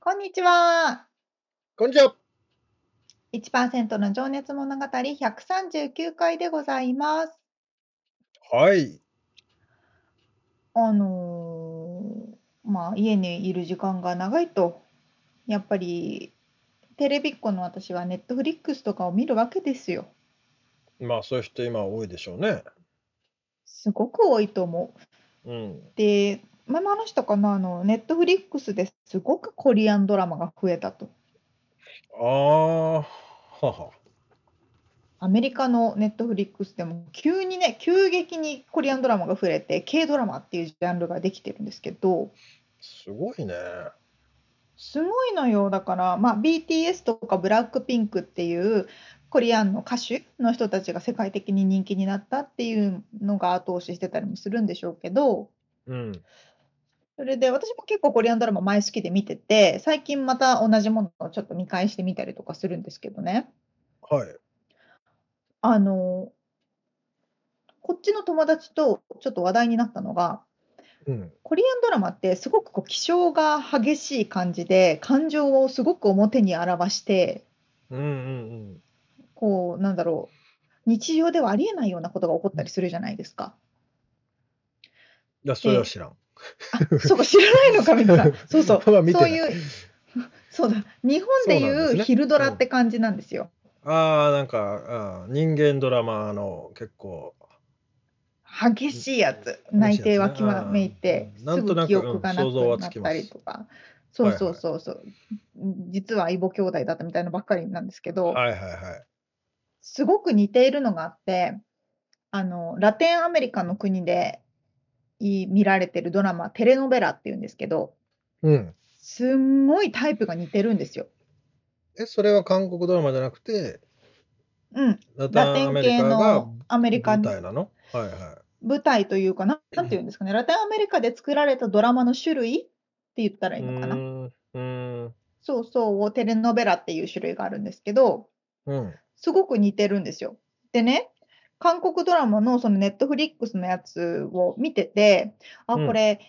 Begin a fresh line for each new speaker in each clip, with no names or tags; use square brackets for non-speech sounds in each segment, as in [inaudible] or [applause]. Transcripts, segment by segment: こんにちは
こんにちは。
1%の情熱物語139回でございます。
はい。
あのーまあ家にいる時間が長いとやっぱりテレビっ子の私はネットフリックスとかを見るわけですよ。
まあ、そういう人今多いでしょうね。
すごく多いと思
うん。
う。で前も話したかなあのネットフリックスですごくコリアンドラマが増えたと。
ああ、はは。
アメリカのネットフリックスでも急にね急激にコリアンドラマが増えて K ドラマっていうジャンルができてるんですけど。
すごいね。
すごいのよだから、まあ、BTS とかブラックピンクっていうコリアンの歌手の人たちが世界的に人気になったっていうのが後押ししてたりもするんでしょうけど
うん。
それで私も結構コリアンドラマ前好きで見てて最近また同じものをちょっと見返してみたりとかするんですけどね
はい。
あのこっちの友達とちょっと話題になったのが
うん。
コリアンドラマってすごくこう気性が激しい感じで感情をすごく表に表して
うんうん
こうなんだろう日常ではありえないようなことが起こったりするじゃないですか。
いや、それは知らん。 [laughs]
あそうか知らないのか皆さん。そうそう。
まあ見て
そ
な
う
い
いうそうだ日本で
そうなん
い
です
う
ね
昼ドラって感じなんですよ。
ああ、なんか、あー人間ドラマの結構。
激しいやつ内定は決めいて
うんな
す
んとな
ぐ
く
記憶がな
うん想像は
くな
つ
っ
き
た
ます
りとか。そうそうそうそう、実は異母兄弟だったみたいなばっかりなんですけど、
はいはいはい。
すごく似ているのがあってあのラテンアメリカの国でい見られてるドラマ「テレノベラ」っていうんですけど、
うん。
すんごいタイプが似てるんですよ。
え、それは韓国ドラマじゃなくて、
うん、
ラテ
ラ
ン
テ
ア
ン
メリ
系
カが
のアメリ
舞
カ
台なのはいは
舞台というかな、なんていうんですかね、ラテンアメリカで作られたドラマの種類って言ったら
い。
いいうのかな。
ん。うん。
そうそう、テレノベラっていう種類があるんですけど、
うん。
すごく似てるんですよ。でね、韓国ドラマのそのネットフリックスのやつを見てて、あ、
うん
これ、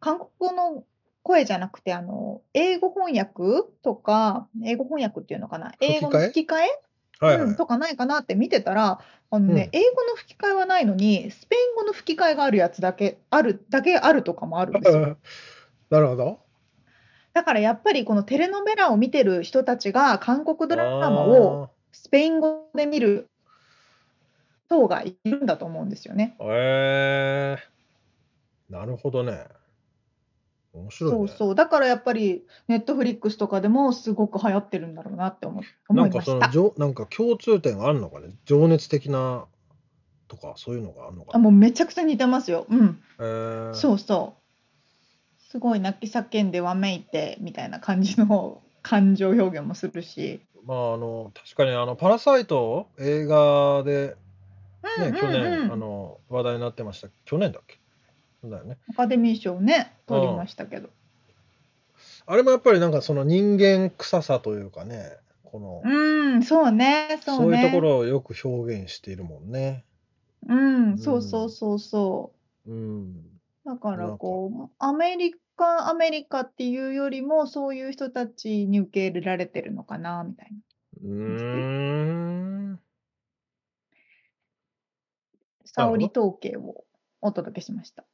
韓国語の声じゃなくて、あの、英語翻訳とか、英語翻訳っていうのかな、英語の吹き替え
はいは
うん、
い。
とかないかなって見てたらあの、ね英語の吹き替えはないのにスペイン語の吹き替えがあるやつだけあるだけあるとかもあるんですよ
[laughs] なるほど。
だからやっぱりこのテレノベラを見てる人たちが韓国ドラマ
あ
を
ー
スペイン語で見る人がいるんだと思うんですよね。
えー、なるほどね。面白いね。
そうそうだからやっぱりネットフリックスとかでもすごく流行ってるんだろうなって思思
ないん
ま
かそ
し
の
た。
じょなんか共通点があるのかね。情熱的なとかそういうのがあるの
あ
かな。
もうめちゃくちゃ似てますよ。うん
えー、
そうそう。すごい泣き叫んでわめいてみたいな感じの感情表現もするし。
まああの確かにあのパラサイト映画で
うんうん
ね、
うん
去年あの話題になってました。去年だっけ？そうだよね。
アカデミー賞ね、取りましたけど。
あれもやっぱりなんかその人間臭さというかね、この、
うん、そうね、
そう
そうね。
いうところをよく表現しているもんね。
うん、そうそうそうそ
うん。
う。だから
なんか
こう、アメリカ、アメリカっていうよりも、そういう人たちに受け入れられてるのかな、みたいな。
うーん。
沙織統計をお届けしました。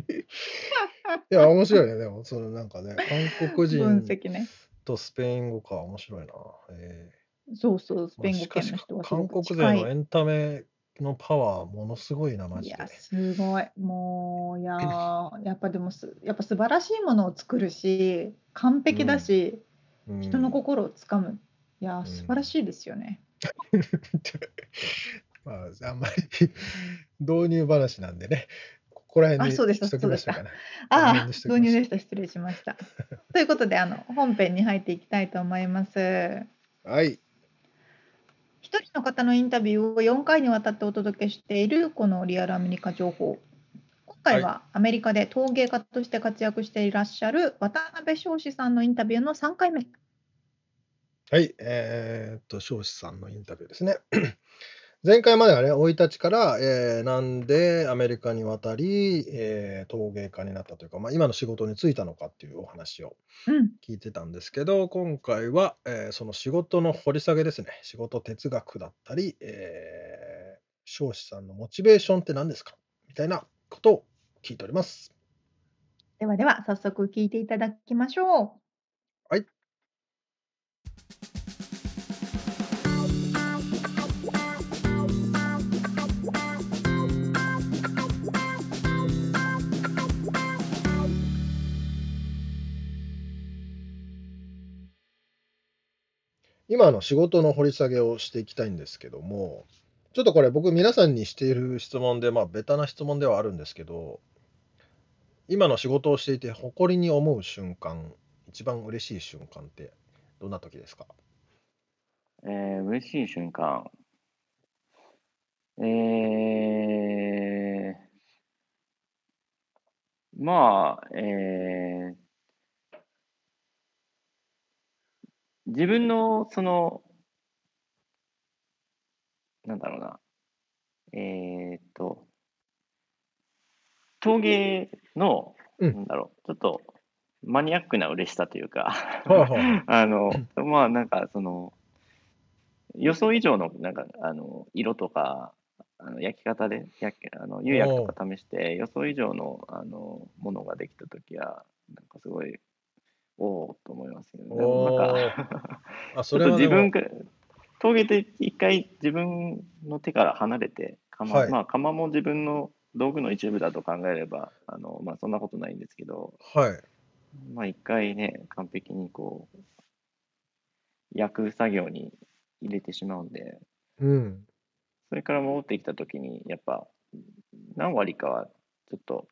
いや、面白いね。でも、そのなんかね、
[laughs]
韓国
分
人
析ね。
とスペイン語か、面白いな。え
そうそう、ス
ー
ペイン語
まあ
圏の人は
し
す
かし
ご
韓
く
国
近
勢の
い。
エンタメのパワーものすごいな、マ
い
ジで。
や、すごい。もう、いやー、
[laughs]
やっぱでもす、やっぱ素晴らしいものを作るし、完璧だし、
うん
人の心をつかむ。いやー、
ん
素晴らしいですよね。
まあ、あんまり [laughs] 導入話なんでね、ここら辺に
あそうでした
しときましょうかね。
あ
導
あ、
入し
導
ておき
入
ましょう
でした。失礼しま
[laughs]
した。ということで、あの、本編に入っていきたいと思います。
はい。
一人の方のインタビューを4回にわたってお届けしているこのリアルアメリカ情報今回はアメリカで陶芸家として活躍していらっしゃる渡辺翔士さんのインタビューの3回目
はい。えーっと、彰子さんのインタビューですね。 [clears throat] 前回まではね、生い立ちから、えーなんでアメリカに渡り、えー陶芸家になったというか、まあ、今の仕事に就いたのかっていうお話を
うん
聞いてたんですけど、今回は、えーその仕事の掘り下げですね。仕事哲学だったり、えー、彰子さんのモチベーションって何ですかみたいなことを聞いております。
ではでは早速聞いていただきましょう
はい今の仕事の掘り下げをしていきたいんですけども、ちょっとこれ僕皆さんにしている質問で、まあベタな質問ではあるんですけど、今の仕事をしていて誇りに思う瞬間、一番嬉しい瞬間ってどんな時ですか
えー、嬉しい瞬間。えー、まあ、えー、自分の、その、なんだろうな、えー、っと、陶芸の、
うん
なんだろう、ちょっとマニアックな嬉しさというか、
はい
あの、まあなんかその、予想以上のなんかあの色とか、あの焼き方で焼きあの釉薬とか試して予想以上のあのものができた時はなんかすごいおおと思いますけどでもなんか
あ、
ちょ
そ
っ
れ
と
はで
自
も
分から陶芸って一回自分の手から離れて窯、
はい
まあ窯も自分の道具の一部だと考えればあのまあそんなことないんですけど
はい。
まあ一回ね、完璧にこう、焼く作業に入れてしまうんで、
うん。
それから戻ってきたときに、やっぱ、何割かは、ちょっと、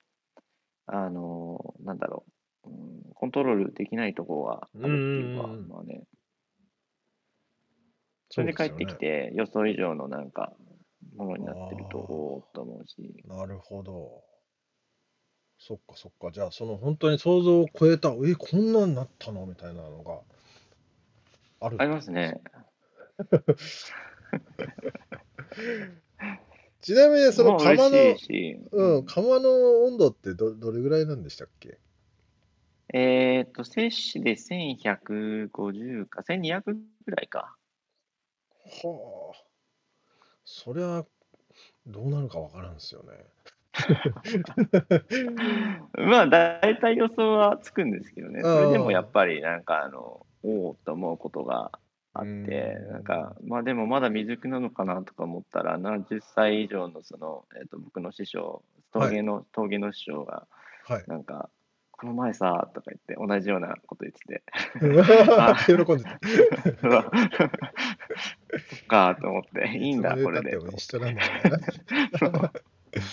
あのーなんだろう、うん、コントロールできないところはあるっていうか、
うんうんうん
まあね、それで帰
うす
っ
よ
てき
ね。
て、予想以上のなんか、ものになってると、
あー
おおと思うし、
なるほど。そっかそっか。じゃあ、その本当に想像を超えた、え、こんなんなったのみたいなのがある
ありますね。
ちなみに、その
もう嬉
釜の、
しいし、
うん、釜の温度ってどどれぐらいなんでしたっけ
えーっと、摂氏で1150か、1200ぐらいか。
はあ。そりゃ、どうなるかわからんですよね。
[clears throat]
まあ、だいたい予想はつくんですけどね、
あー
それでもやっぱり、なんか、あの、おおと思うことがあっ
う
て
ーん、
なんか、まあでもまだ未熟なのかなとか思ったら、70歳以上の、その、えーっと、僕の師匠、陶芸の、陶芸の師匠が、 [laughs]
はい。 [laughs]
なんか、この前さ、とか言って、同じようなこと言ってて、
喜んでた。 [laughs]
うわそっか、と思って、 [laughs] いいんだ、これで。
いつま経っても一緒なんだね [laughs]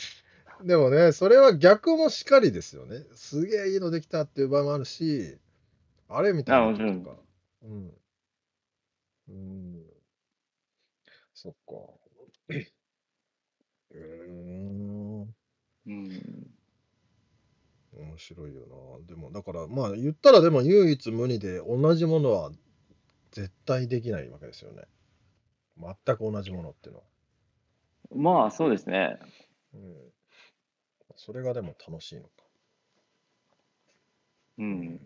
でもね、それは逆もしかりですよね。すげえいいのできたっていう場合もあるし、あれみたいなこととか。うん。うん。そっか。 [clears throat] うーん。
うん
面白いよな。でも、だから、まあ、言ったらでも唯一無二で同じものは絶対できないわけですよね。全く同じものっていうのは。
まあそうですね。
うん。それがでも楽しいのか。
う。。
うん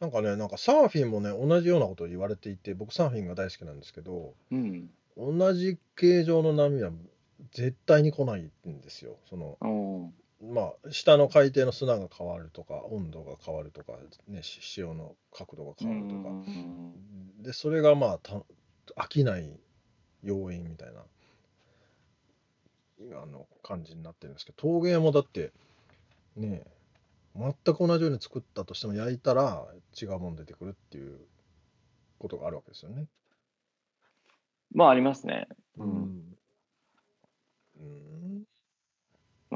なんかね、なんかサーフィンもね、同じようなことを言われていて、僕サーフィンが大好きなんですけど、
うん。
同じ形状の波は絶対に来ないんですよ。その、
お
まあ、下の海底の砂が変わるとか、温度が変わるとか、ね、し潮の角度が
う
変わるとか。
ん。
でそれがまあた飽きない要因みたいなあの感じになってるんですけど陶芸もだってね全く同じように作ったとしても焼いたら違うもん出てくるっていうことがあるわけですよね。
まあありますね。
う
うん
んうん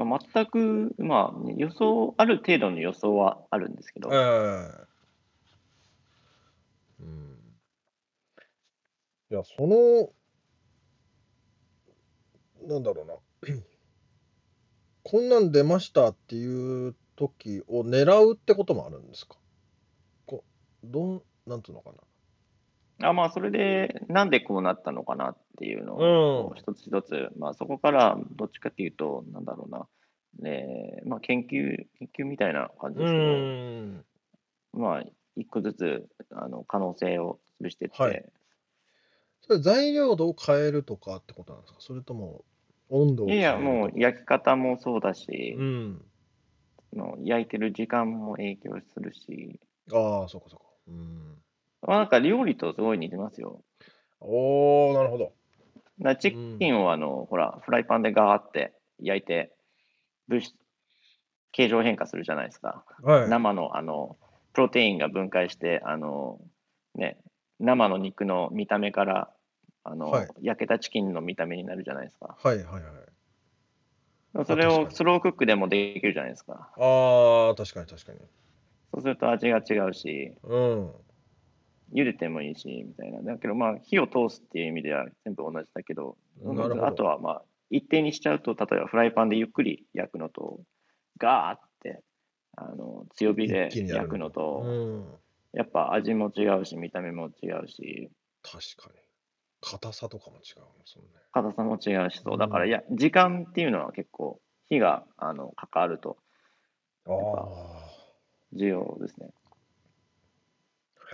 まあ、全く、まあ、予想、ある程度の予想はあるんですけど、
ええうんいやそのなんだろうなこんなん出ましたっていう時を狙うってこともあるんですかこどんなんていうのかな
あまあ、それで、なんでこうなったのかなっていうの
う
を
ん、
一つ一つ、まあ、そこから、どっちかっていうと、なんだろうな、ねまあ、研究、研究みたいな感じですけど、
ん
まあ、一個ずつ、あの、可能性を潰していって、
はいそれ材料を変えるとかってことなんですかそれとも温度を
いや
変
い
える
や、
とか
もう、焼き方もそうだし、
うん
の焼いてる時間も影響するし、
ああそうかそうかうん
まあ、なんか料理とすごい似てますよ。
おおなるほど
なチキンをあの、ほら、フライパンでガーって焼いて、物質、形状変化するじゃないですか。
はい
生の、あの、プロテインが分解して、あの、ね、生の肉の見た目から、あの、
はい
焼けたチキンの見た目になるじゃないですか。
はいはいはい
それ
確か
を
に
スロークックでもできるじゃないですか。
ああ確かに確かに
そうすると味が違うし、
うん
茹でてもいいし、みたいな。だけど、まあ、火を通すっていう意味では全部同じだけど、
なるほど
あとはまあ一定にしちゃうと例えばフライパンでゆっくり焼くのとガーってあの強火で
一気にやる
焼くの
う
とや,、
ん
っぱ味も違うし見た目も違うし
確かに硬さとかも違うもんそんね
硬さも違うしそうだか
う
ら
ん
いや時間っていうのは結構火があのかかると
あ
重要ですね。
あ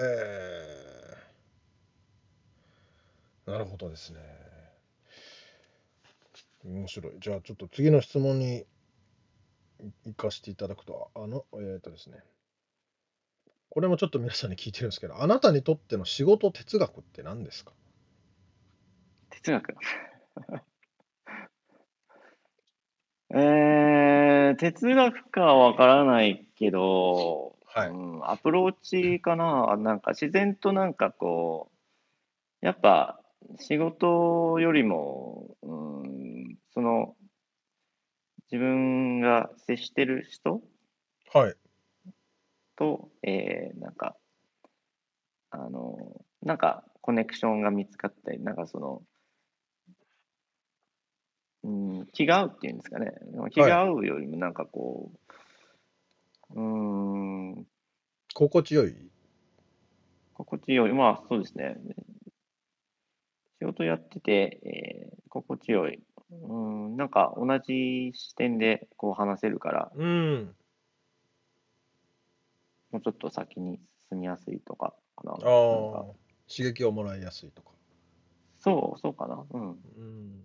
へえなるほどですね面白いじゃあちょっと次の質問にい行かせていただくとあのえー、とですねこれもちょっと皆さんに聞いてるんですけどあなたにとっての仕事哲学って何ですか
哲学 [laughs] えー、哲学かはわからないけど、
はい
うん、アプローチかな、なんか自然となんかこう、やっぱ仕事よりも、うん、その自分が接してる人
はい
と、えー、なんか、あの、なんかコネクションが見つかったり、なんかその、うん、気が合うっていうんですかね。気が合うよりもなんかこう、うーん、
心地よい
心地よい。まあそうですね。仕事やってて、えー、心地よい。うん、なんか同じ視点でこう話せるから、
うん
もうちょっと先に進みやすいとかかな。なん
あ
か
あ刺激をもらいやすいとか
そう、そうかな。う
う
ん。
ん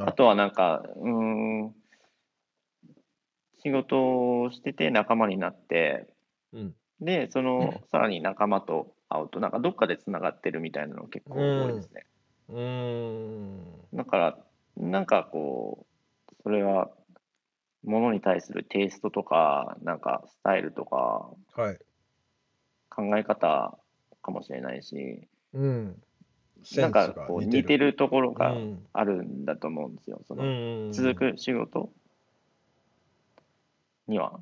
あとはなんか、うーん、仕事をしてて仲間になって、
うん
で、その、さらに仲間と会うと、なんかどっかでつながってるみたいなの結構多いですね。
うーん
だから、なんかこう、それは、ものに対するテイストとか、なんかスタイルとか、
はい。
考え方かもしれないし、
うん。
なんかこう、似て
る
るところが
うん
あるんだと思うんですよ。その、
うん
続く仕事には。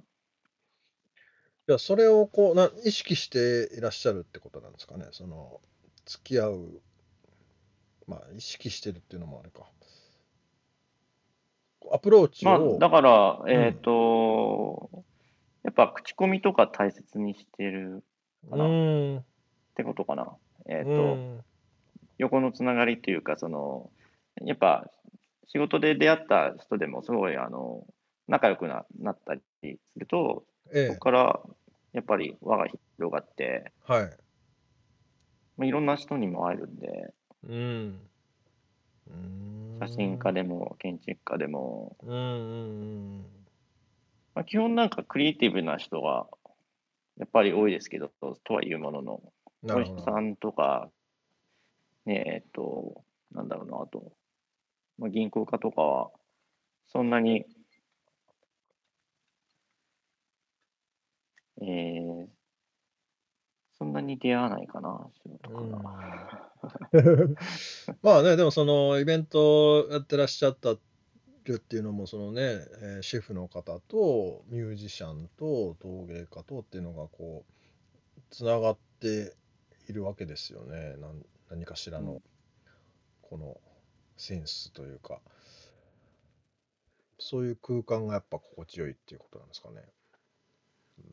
いやそれをこうな意識していらっしゃるってことなんですかね。その付き合うまあ意識してるっていうのもあれか。アプローチ
まあ、
を、
だから、
ん
えっ、と、やっぱ口コミとか大切にしてるかな
うん
ってことかな。えっ、と、
うん
横のつながりというか、その、やっぱ仕事で出会った人でもすごい、あの、仲良くななったりすると、そ
え
こからやっぱり輪が広がって、
えはい。
まあ、いろんな人にも会えるんで、
うん。うーん
写真家。でも建築家でも、
うんうん
まあ、基本なんかクリエイティブな人がやっぱり多いですけど、とはいうものの、
うん。な
お
る
医
ほど
者さんとか、ねえ、えっと、なんだろうな、あと、まあ、銀行家とかは、そんなに、えー、そんなに出会わないかな、仕事から。
[laughs] まあね、でもそのイベントやってらっしゃったっていうのも、そのね、えーシェフの方とミュージシャンと陶芸家とっていうのがこう、つながっているわけですよね。なん何かしら
う
の、このセンスというか、そういう空間がやっぱ心地よいっていうことなんですかね。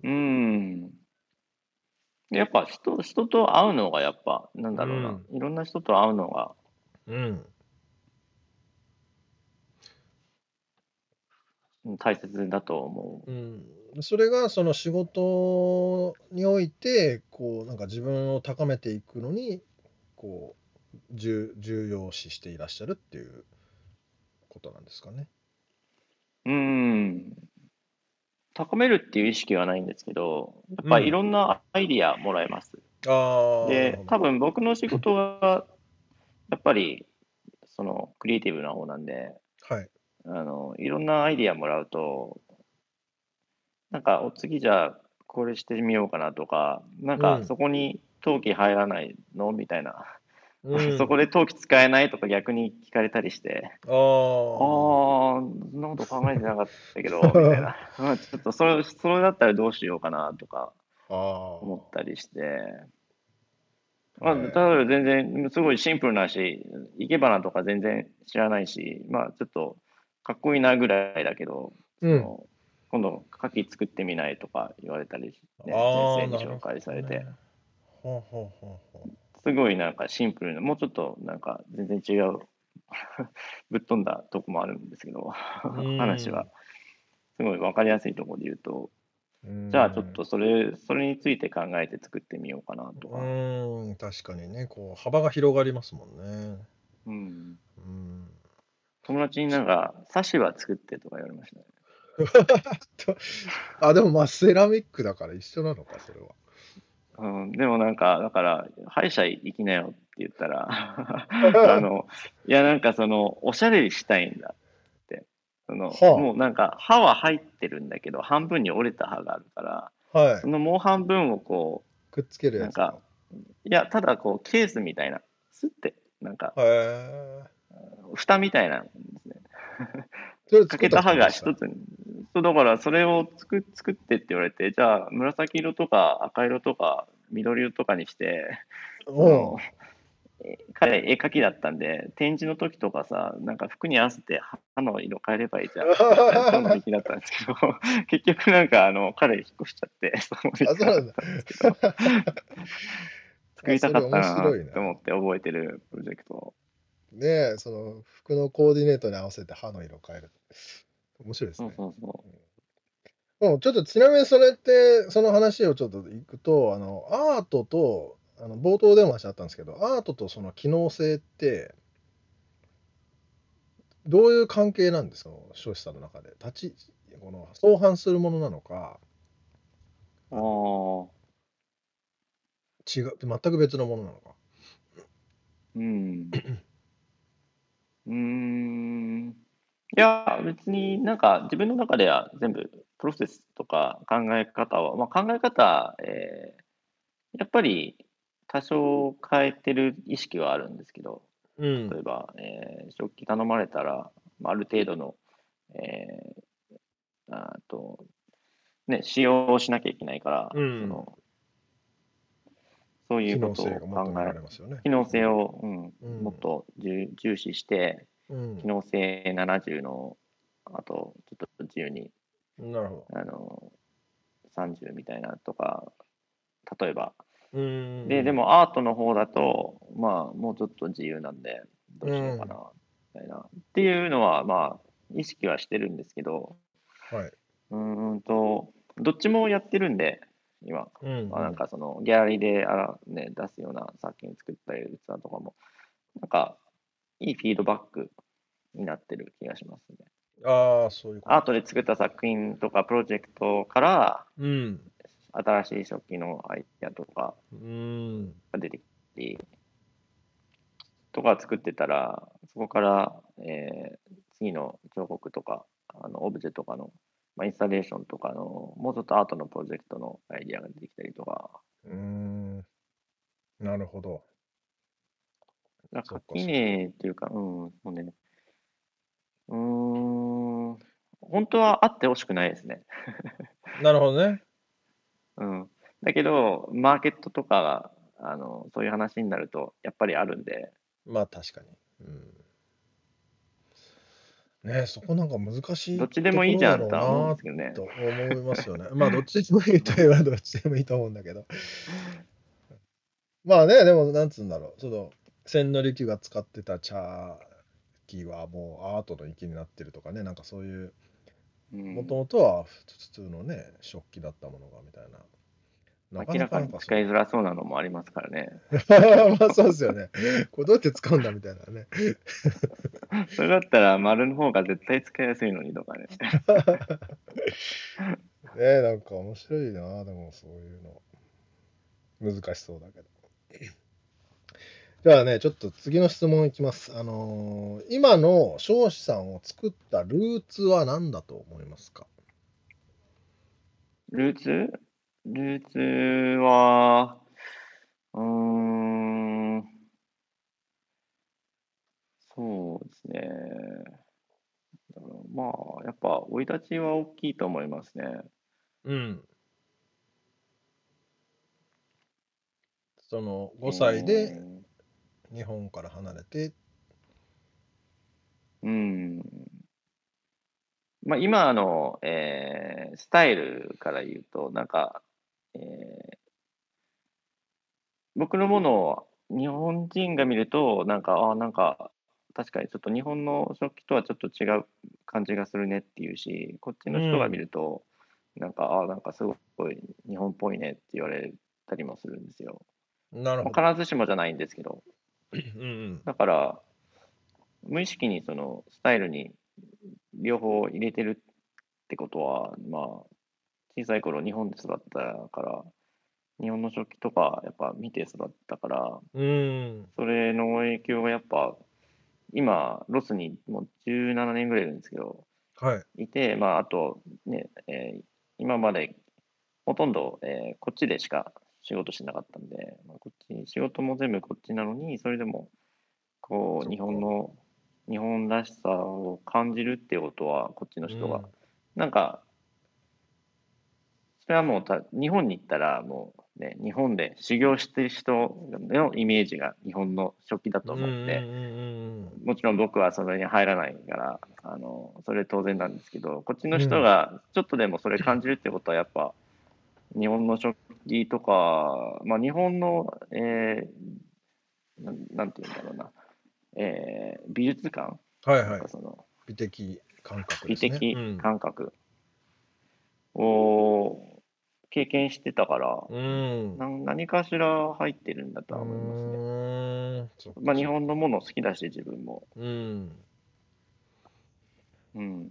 うん。やっぱ人、人と会うのがやっぱ、なんだろうな、いろんな人と会うのが、
うん。
うん大切だと思
うん、それがその仕事においてこうなんか自分を高めていくのにこう重重要視していらっしゃるっていうことなんですかね。
う。うん。高めるっていう意識はないんですけど、やっぱ
うん
いろんなアイディアもらえます。
あー
で、多分僕の仕事は、やっぱり、その、クリエイティブな方なんで、
はい。
あの、いろんなアイディアもらうと、なんか、お次じゃあ、これしてみようかなとか、なん
う
か、
ん
そこに陶器入らないのみたいな、
うん
[laughs] そこで陶器使えないとか逆に聞かれたりして、
あー
ああ、そんなこと考えてなかっ
[laughs]
たけど、みたいな。まあちょっとそれ、それだったらどうしようかなとか
あー
思ったりして、まあ、
ね
ただ全然、すごいシンプルなし、生け花とか全然知らないし、まあ、ちょっとかっこいいなぐらいだけど、
うん
あの今度、牡蠣作ってみないとか言われたり、ね、
あー
先生に
なるほど
紹介されて
ね、ほうほうほうほ
すごいなんかシンプルな、もうちょっとなんか全然違う、 [laughs] ぶっ飛んだとこもあるんですけど、
うん
[laughs] 話は。すごい分かりやすいところで言うと、
ううん
じゃあちょっとそれ、それについて考えて作ってみようかなと
う
か。
ん確かにねこう幅が広がりますもんね。
うん
うん
友達になんか、サシは作ってとか言われましたね。
あでもまあセラミックだから一緒なのかそれは。
うん、でもなんか、だから、歯医者行きなよって言っ
[laughs]
たら、あの、いやなんかその、おしゃれしたいんだって。その、
はあ
もうなんか、歯は入ってるんだけど、半分に折れた歯があるから、
はい
そ。のもう半分をこ
くっつけるやつ
なんかう、いや、ただこう、ケースみたいな、すって、なんか、
へえ。
蓋みたいなんですね。
それ
かけた歯が一
作っ
つに。そうだからそれを作っ作ってって言われて、じゃあ紫色とか赤色とか緑色とかにして、
た
あ
の
[laughs] のえ彼絵描きだったんで、展示の時とかさ、なんか服に合わせて歯の色変えればいいじ
[laughs]
ゃん。そうのきだったんですけど、 [laughs] 結局なんかあの彼引っ越しちゃって、その
うん。あ、そうなんだ。
[laughs] 作りたかった
あそれ面白い
な
ね
と思って覚えてるプロジェクト。
ねえ、その服のコーディネートに合わせて歯の色変える。面白いです
そう
ね。
そうそ
うん、ちょっとちなみにそれって、その話をちょっといくと、あの、アートと、あの冒頭でも話あったんですけど、アートとその機能性って、どういう関係なんですか、彰子さんの中で。立ち、この相反するものなのか、
う。ああ。
違う、全く別のものなのか。
うん。うーん。いや、別になんか自分の中では全部プロセスとか考え方は、まあ、考え方、えーやっぱり多少変えてる意識はあるんですけど、
うん
例えば、えー食器頼まれたら、まあ、ある程度の、えーあと、ね、使用をしなきゃいけないから、
うん
その、そうい
機
うこ
能
と
性
を
が求
考
めら
え
れ、ますよね。
機能性を、うん
うん
もっと重重視して、
うん
機能性70の、あと、ちょっと自由に、
なるほ
あの、30みたいなとか、例えば。
ど。うん
で、で、もアートの方だと、まあ、もうちょっと自由なんで、どうしようかな、みたいな。っていうのは、まあ、意識はしてるんですけど、
はい。
うーんと、どっちもやってるんで、今。
うん
まあ、なんかそのギャラリーであら、ね、出すような作品作ったり器とかもなんかいいフィードバックになってる気がしますね。
ああ、そういうこと。
アートで作った作品とかプロジェクトから
うん。
新しい食器のアイデアとか
うん。
が出てきたりとか作ってたらそこから、えー次の彫刻とか、あのオブジェとかの、まあ、インスタレーションとかの、もうちょっとアートのプロジェクトのアイディアが出てきたりとか、
うーん。なるほど。
なん
そっ
か
か
垣根っていうか、うん、そうね。うーん、本当はあってほしくないですね。
なるほどね。
うん。だけど、マーケットとか、あの、そういう話になると、やっぱりあるんで、
まあ確かに。うん、ねえそこなんか難しい
どっちでもいいじゃん
と
と
こ
は思うん
ろ
ですけどね
だ。ろうなと思いますよね。まあどっちでもいいといえばどっちでもいいと思うんだけど。まあね、でもなんつうんだろう。その千利休が使ってた茶器はもうアートの域になってるとかね、なんかそういう、
うん
もともとは普通のね、食器だったものがみたいな。なか
明
な
ら
か
か
なん
に
かそ
使
う
いづらそうなのもありますからね。
[laughs] まあそうですよね。これどうやって使うんだみたいなね。
それだったら丸の方が絶対使いやすいのにとかね。
ねえなんか面白いなでもそういうの難しそうだけど [clears throat] じゃあねちょっと次の質問いきますあのー今の彰子さんを作ったルーツは何だと思いますか
ルーツルーツは、うーん、そうですね。まあ、やっぱ、生い立ちは大きいと思いますね。
うんその5歳で日本から離れて、
うん。うん。まあ、今の、えースタイルから言うと、なんか、えー僕のものを日本人が見ると、なんか、あなんか、確かにちょっと日本の食器とはちょっと違う感じがするねっていうし、こっちの人が見ると、なんか、あなんかすごい日本っぽいねって言われたりもするんですよ。
なる
ま
ほど、
あ必ずしもじゃないんですけど。
うんうん、
だから、無意識にそのスタイルに両方入れてるってことは、まあ、小さい頃日本で育ったから、日本の食器とかやっぱ見て育ったから、
うん
それの影響がやっぱ、今、ロスにもう17年ぐらいいるんですけど、
はい
いて、まあ、あとね、えー今までほとんど、えーこっちでしか仕事してなかったんで、まあ、こっち、仕事も全部こっちなのに、それでも、
そっ
こう、
か
日本の、日本らしさを感じるってことは、こっちの人が。なんか、それはもうた、日本に行ったら、もうね、日本で修行してる人のイメージが日本の食器だと
うん
思って、
うんうんうんうん
もちろん僕はそれに入らないから、あのそれ当然なんですけど、こっちの人がちょっとでもそれ感じるってことは、やっぱ、日本の食器とか、まあ、日本の、えーなん、なんていうんだろうな、えー美術館、
はい
な
は
ん
い
かその
美的感覚で
美
すね
的
うん
感覚を経験してたから、
うん
なん何かしら入ってるんだとは思います
う
ね。
ーんそっか
まあ、日本のもの好きだし、自分も。
うん。
うん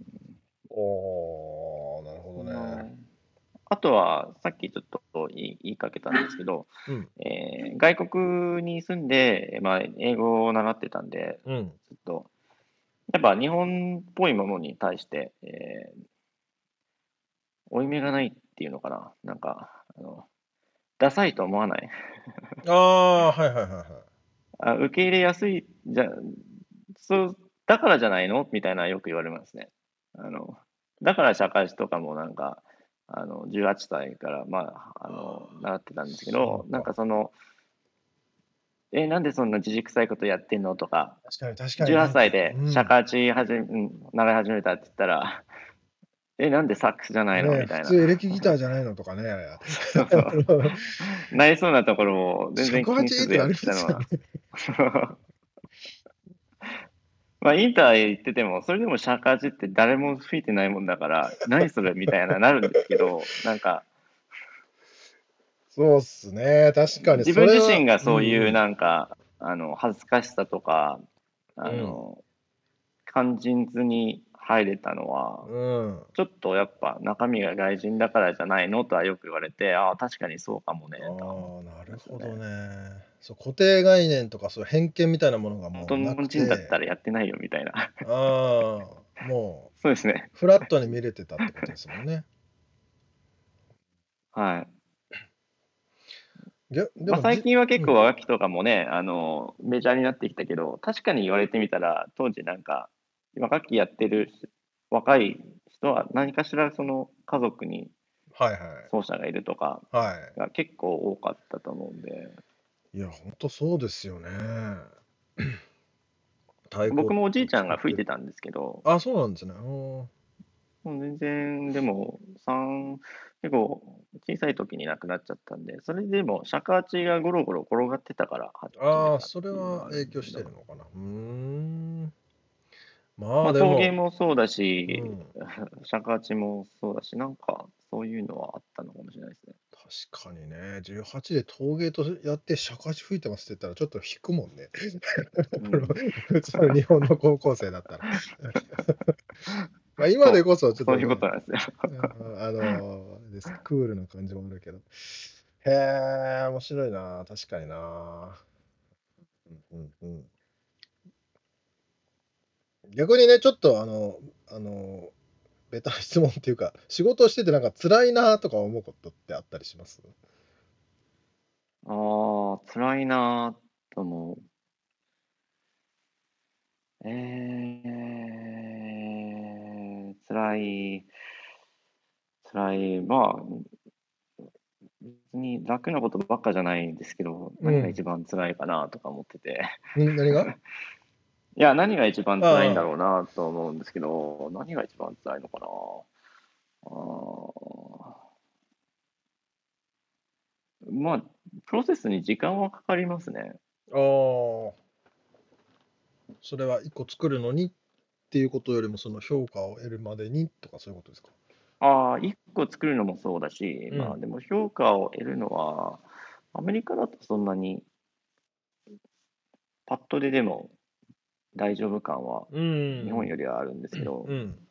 おー、なるほどね。
あとは、さっきちょっと言い言いかけたんですけど、
うん。
えー外国に住んで、まあ、英語を習ってたんで、
うん。
ずっと、やっぱ日本っぽいものに対して、えー、負い目がないっていうのかな、なんか、あのダサいと思わない
あー、はいはいはいはい。
あ、受け入れやすいじゃそう、だからじゃないのみたいなよく言われますね。あのだから社会史とかもなんか、あの18歳から、まあ、あの習ってたんですけ
そ
ど
う、か
なんかその、え、なんでそんな自軸臭いことやってんのとか、
確かに確かに。
18歳で
うん
社会史始め、うん習い始めたって言ったら、え、なんでサックスじゃないの
ね
みたい
普
な。
通エレキギターじゃないのとかね。
[laughs] そうそう
[laughs]
なりそうなところも全然気にせずやってたのは。 [laughs] まあ、インターへ行ってても、それでも尺八って誰も吹いてないもん
[laughs]
だから、何それみたいななるんですけど、なんか、
そうっすね。確かに。
自分自身が
それは
そういう、
ん
なんか、あの、恥ずかしさとか、あの、肝心図に入れたのは、
うん。
ちょっとやっぱ中身が外人だからじゃないのとはよく言われて、ああ、確かにそうかもね、
あ
とは思
ー、なるほどね。そう固定概念とかそういう偏見みたいなものがも
本当
う
に日
な
本
くて
人だったらやってないよみたいな。
ああ
[laughs]
もう
そうですね。
フラットに見れてたってことですもんね。
はい。
でで
まあ、
も
最
じ
近は結構若きとかもね、あのメジャーになってきたけど確かに言われてみたら当時なんか若きやってる若い人は何かしらその家族に
はいはい
奏者がいるとか
は
が結構多かったと思うんで
い。いや本当そうですよね。 [clears throat] 太鼓
僕もおじいちゃんが吹いてたんですけど
あそうなんですね。うん
もう全然でも3結構小さい時に亡くなっちゃったんでそれでも釈迦アチがゴロゴロ転がってたから始めたっていう
あ
のが
あそれは影響してるのかな。うーん。
ま
ま
あ、
あでも。
陶芸もそうだし、
うん
釈迦地もそうだし、なんかそういうのはあったのかもしれないです
[laughs]
ね。
確かにね、18で陶芸とやって尺八吹いてますって言ったらちょっと引くもんね。
うん
普通の日本の高校生だったら。 [laughs] まあ今でこそちょっと
そう
ね、
いうことなんですよ。
うんあのーですクールな感じもあるけど。へえ、面白いな、確かにな。うんうんうん、逆にね、ちょっとあの、あの、ベタな質問っていうか、仕事をしててなんか辛いなとか思うことってあったりします
ああ、辛いなぁと思う。えー、辛い、辛い、まあ、別に楽なことばっかじゃないんですけど、
うん
何が一番辛いかなとか思ってて。
ん何が
いや、何が一番辛いんだろうなと思うんですけど、何が一番辛いのかなあーまあ、プロセスに時間はかかりますね。
[laughs] ああ。それは一個作るのにっていうことよりも、その評価を得るまでにとかそういうことですか。
ああ、1個作るのもそうだし、
うん
まあでも評価を得るのは、アメリカだとそんなに、パッとででも大丈夫感は
うん
日本よ
り。
りはあるんですけど、
うん。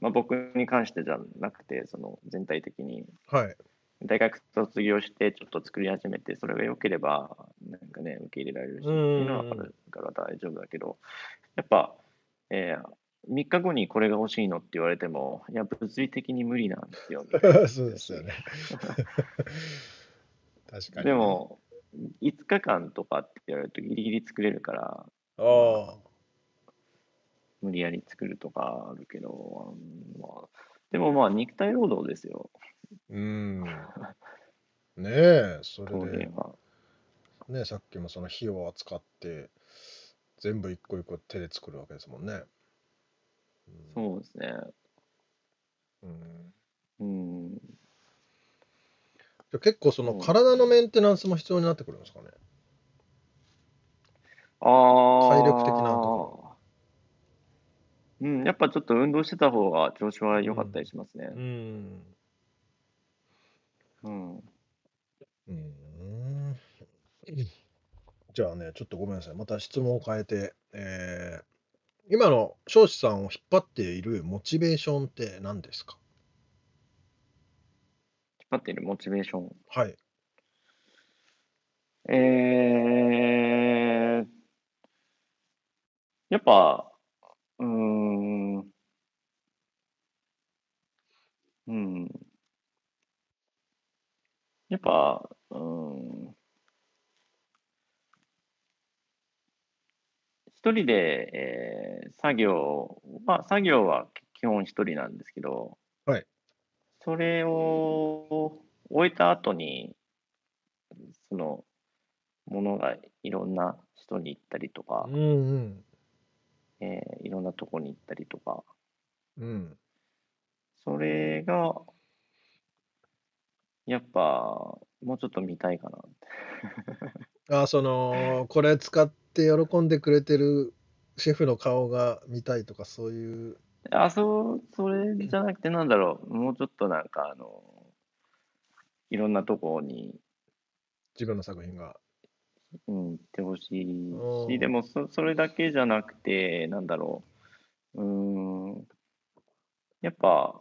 まあ僕に関してじゃなくて、その全体的に
はい。
大学卒業してちょっと作り始めてそれが良ければなんかね受け入れられるしって
うんうんうん
いうのはあるから大丈夫だけどやっぱ、えー、3日後にこれが欲しいのって言われてもいや物理的に無理なんで
[laughs]
すよ
そうですよね。確かに。
で、も5日間とかって言われるとギリギリ作れるから
あ
無理やり作るとかあるけど、うんまあ、でもまあ肉体労働ですよ
あ、うん。ねえ、そ
陶
れ
芸
で、
は。
ね、さっきもその火を扱って、全部一個一個手で作るわけですもんね。うん
そうですね、
うん
うん、
じゃあ結構その
そう
体のメンテナンスも必要になってくるんですかね。
ああ。
体力的なと
うん、やっぱちょっと運動してた方が調子は良かったりしますね
う。ん。
うん。
うーんじゃあね、ちょっとごめんなさい。また質問を変えて、えー今の彰子さんを引っ張っているモチベーションって何ですか
引っ張っているモチベーション。
はい。
えー、やっぱ、うーん、うん。やっぱ、うーん。一人で、えー作業は、作業は基本一人なんですけど、
はい
それを終えた後に、その、ものがいろんな人に行ったりとか
う、ん
えーいろんなとこに行ったりとか、
うん。うん。
それが、やっぱ、もうちょっと見たいかな。
あ、その、これ使って喜んでくれてるシェフの顔が見たいとか、そういう。
あ、そう、それじゃなくて、なんだろう、もうちょっとなんか、あの、いろんなとこに、
自分の作品が。
うん、行ってほし
う
い
ん
し、でもそ、それだけじゃなくて、なんだろう、うーん、やっぱ、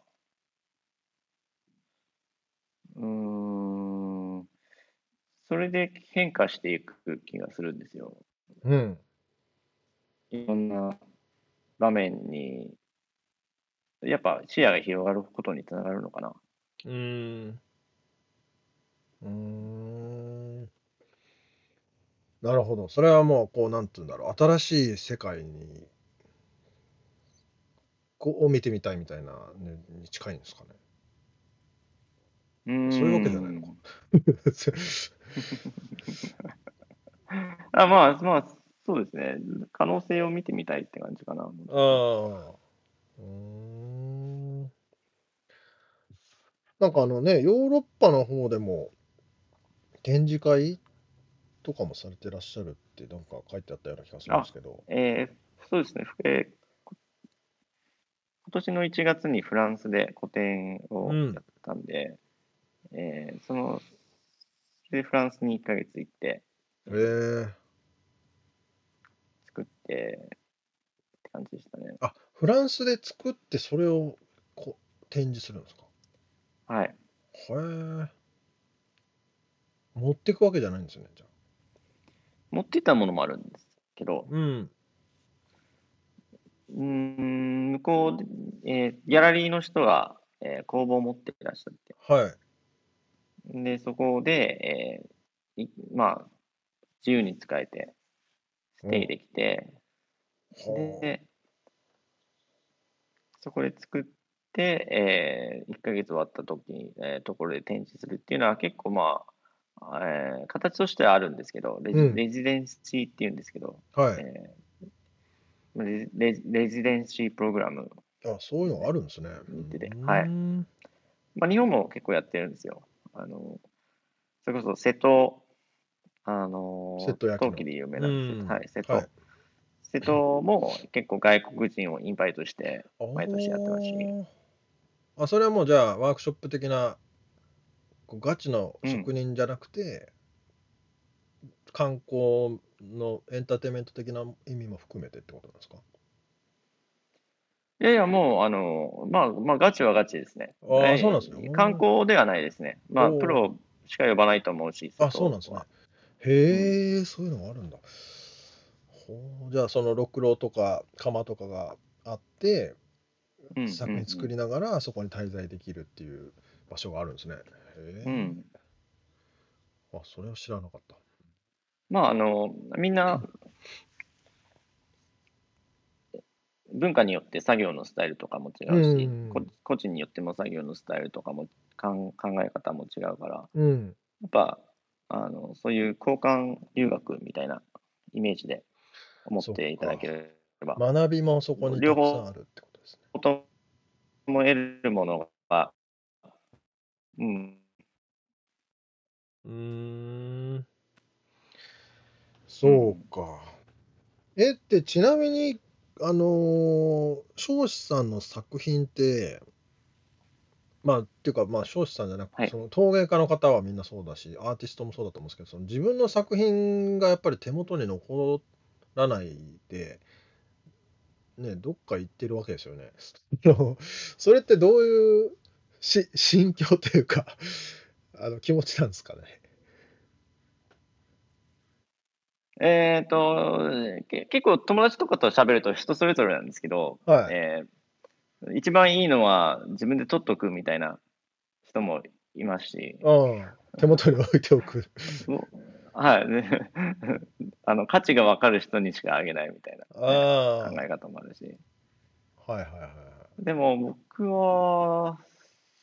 うーん、それで変化していく気がするんですよ。
うん。
いろんな場面に、やっぱ視野が広がることにつながるのかな。
うーん。うーん。なるほど。それはもう、こう、なんて言うんだろう。新しい世界に、こう、を見てみたいみたいな、ね、に近いんですかね。
うーん
そういうわけじゃないのか。
あまあまあ、そうですね。可能性を見てみたいって感じか
[laughs]
な。
ああ。うーん。なんかあのね、ヨーロッパの方でも展示会とかもされてらっしゃるってなんか書いてあったような気がするんですけど。
えーそうですね。えーこ今年の1月にフランスで個展を
うん
やったんで、えーその、それでフランスに1ヶ月行って
へえ
作ってって感じでしたね。
あ、フランスで作ってそれをこう展示するんですか。
はい。
へえ。持っていくわけじゃないんですよね、じゃあ。
持ってたものもあるんですけど、
うん。
うーん、向こうで、えーギャラリーの人が、えー工房を持っていらっしゃって、
はい。
で、そこで、えーいまあ、自由に使えて、ステイできて、
は
で、そこで作って、えー1ヶ月終わった時に、えーところで展示するっていうのは結構まあ、えー形としてはあるんですけど、レジ,、
うん
レジデンシーっていうんですけど、
あはい。
えーレジレジレジデンシープログラム、
あ、そういうのがあるんですね。
見ててはい
い。
まあ、日本も結構やってるんですよ。あのそれこそ瀬戸、あの
瀬戸焼きの
陶器で有名なんですけ
うん
ど、はい、瀬戸、
はい
瀬戸も結構外国人をインバイトして、毎年やってますし
あーあ、それはもうじゃあワークショップ的な、こうガチの職人じゃなくて、観光のエンターテインメント的な意味も含めてってことなんですか
いやいや、もう、あの、まあ、まあ、ガチはガチですね。
ああ
ええ
そうなんですね
観光ではないですね。まあ、
おー
プロしか呼ばないと思うし、
あ、そうなんですね。へえ、そういうのがあるんだ。ほうじゃあそのろくろとか釜とかがあって、
うん。
作品作
り。
りながらそこに滞在できるっていう場所があるんですね。へ
う
え、
ん。
あ、それは知らなかった。
まあ、あの、みんな、文化によって作業のスタイルとかも違うし
うん、
こ個人によっても作業のスタイルとかも、かん考え方も違うから、や
うん。
っぱ、あの、そういう交換留学みたいなイメージで思っていただければ。
学びもそこにた
両
く
方
さんあるってことですね。
ことも得るものが、うん、
うーんそうか。えってちなみにあのー彰子さんの作品ってまあっていうかまあ彰子さんじゃなくて、
はい
その陶芸家の方はみんなそうだしアーティストもそうだと思うんですけどその自分の作品がやっぱり手元に残らないで。ね、どっか行ってるわけですよね。 [laughs] あのそれってどういうし心境というかあの気持ちなんですかね。
えっ、とけ結構友達とかと喋ると人それぞれなんですけど、
はい。
えー一番いいのは自分で取っとくみたいな人もいますし、
うん。手元に置いておく。
もうはい、 [laughs] ねあの価値が分かる人にしかあげないみたいなね、
あ
考え方もあるし、
あ。はいはいはいはい。
でも僕は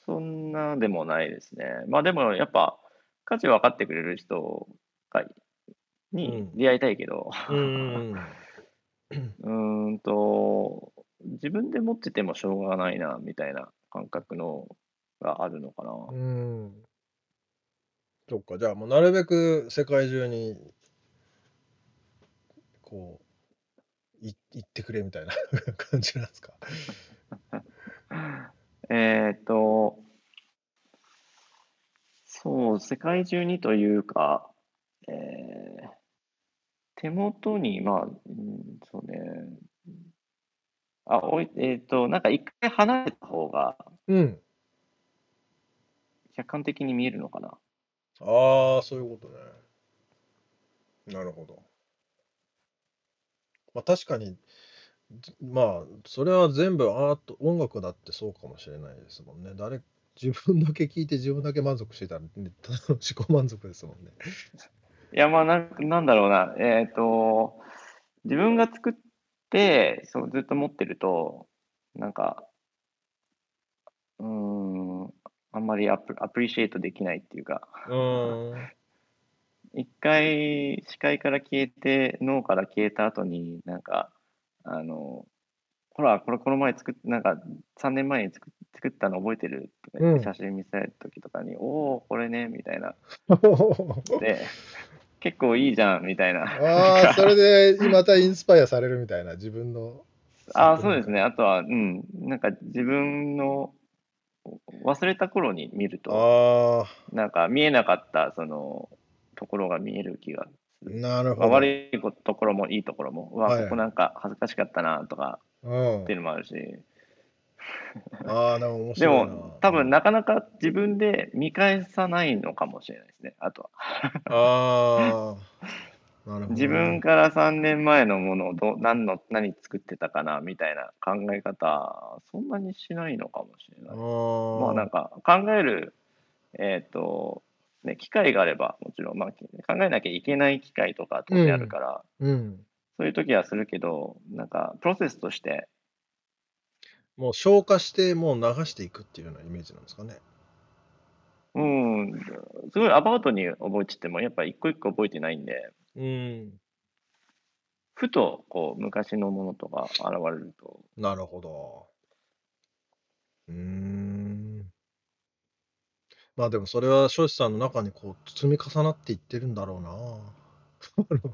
そんなでもないですね。まあでもやっぱ価値分かってくれる人がに
うん
出会いたいけど、
うーん。
うーんと、自分で持っててもしょうがないなみたいな感覚のがあるのかな。
うーん。そっか、じゃあもうなるべく世界中に、こう、い行ってくれみたいな [laughs] 感じなんですか。
えっと、そう、世界中にというか、えー手元に、まあ、うんそうね、あ、おい、えっと、なんか一回離れた方が
うん。
客観的に見えるのかな。
ああ、そういうことね。なるほど。まあ確かに、じまあ、それは全部アート、音楽だってそうかもしれないですもんね。誰、自分だけ聞いて自分だけ満足してたら、ね、ただの自己満足ですもんね。
いや、まあなん、なんだろうな、えっ、と、自分が作ってそう、ずっと持ってると、なんか、うーん、あんまりアプアプリシエイトできないっていうか、
うーん。
一回視界から消えて、脳から消えた後に、なんか、あの、ほら、これ、この前作っ、なんか、3年前に作っ作ったの覚えてるとか言って
うん
写真見せられた時とかに、おお、これね、みたいな。で、結構いいじゃん、みたいな。
[laughs] ああ、それでまたインスパイアされるみたいな、自分の。
ああ、そうですね。あとは、うん、なんか自分の忘れた頃に見る
あ
と、
あ、
なんか見えなかったそのところが見える気が、
なるほ
まあ
ど。
悪いところもいいところも、うわ、
はい
ここなんか恥ずかしかったなとか
うん
っていうのもあるし、
ああ、でも面
で
白いな。
も多分なかなか自分で見返さないのかもしれないですね、あとは。
ああ、なるほどね。
自分から3年前のものをど何の何作ってたかなみたいな考え方、そんなにしないのかもしれない。まあなん
あ
か考える、えっ、と、ね、機会があれば、もちろん、まあ、考えなきゃいけない機会とか当然あるから、
あ、うん。
そういう時はするけど、なんかプロセスとして、
もう消化して、もう流していくっていうようなイメージなんですかね。
うん、すごいアバウトに覚えてても、やっぱ一個一個覚えてないんで、
うん。
ふとこう昔のものとか現れると、
なるほど。うーん。まあでもそれは庄司さんの中にこう積み重なっていってるんだろうな。 [laughs] あの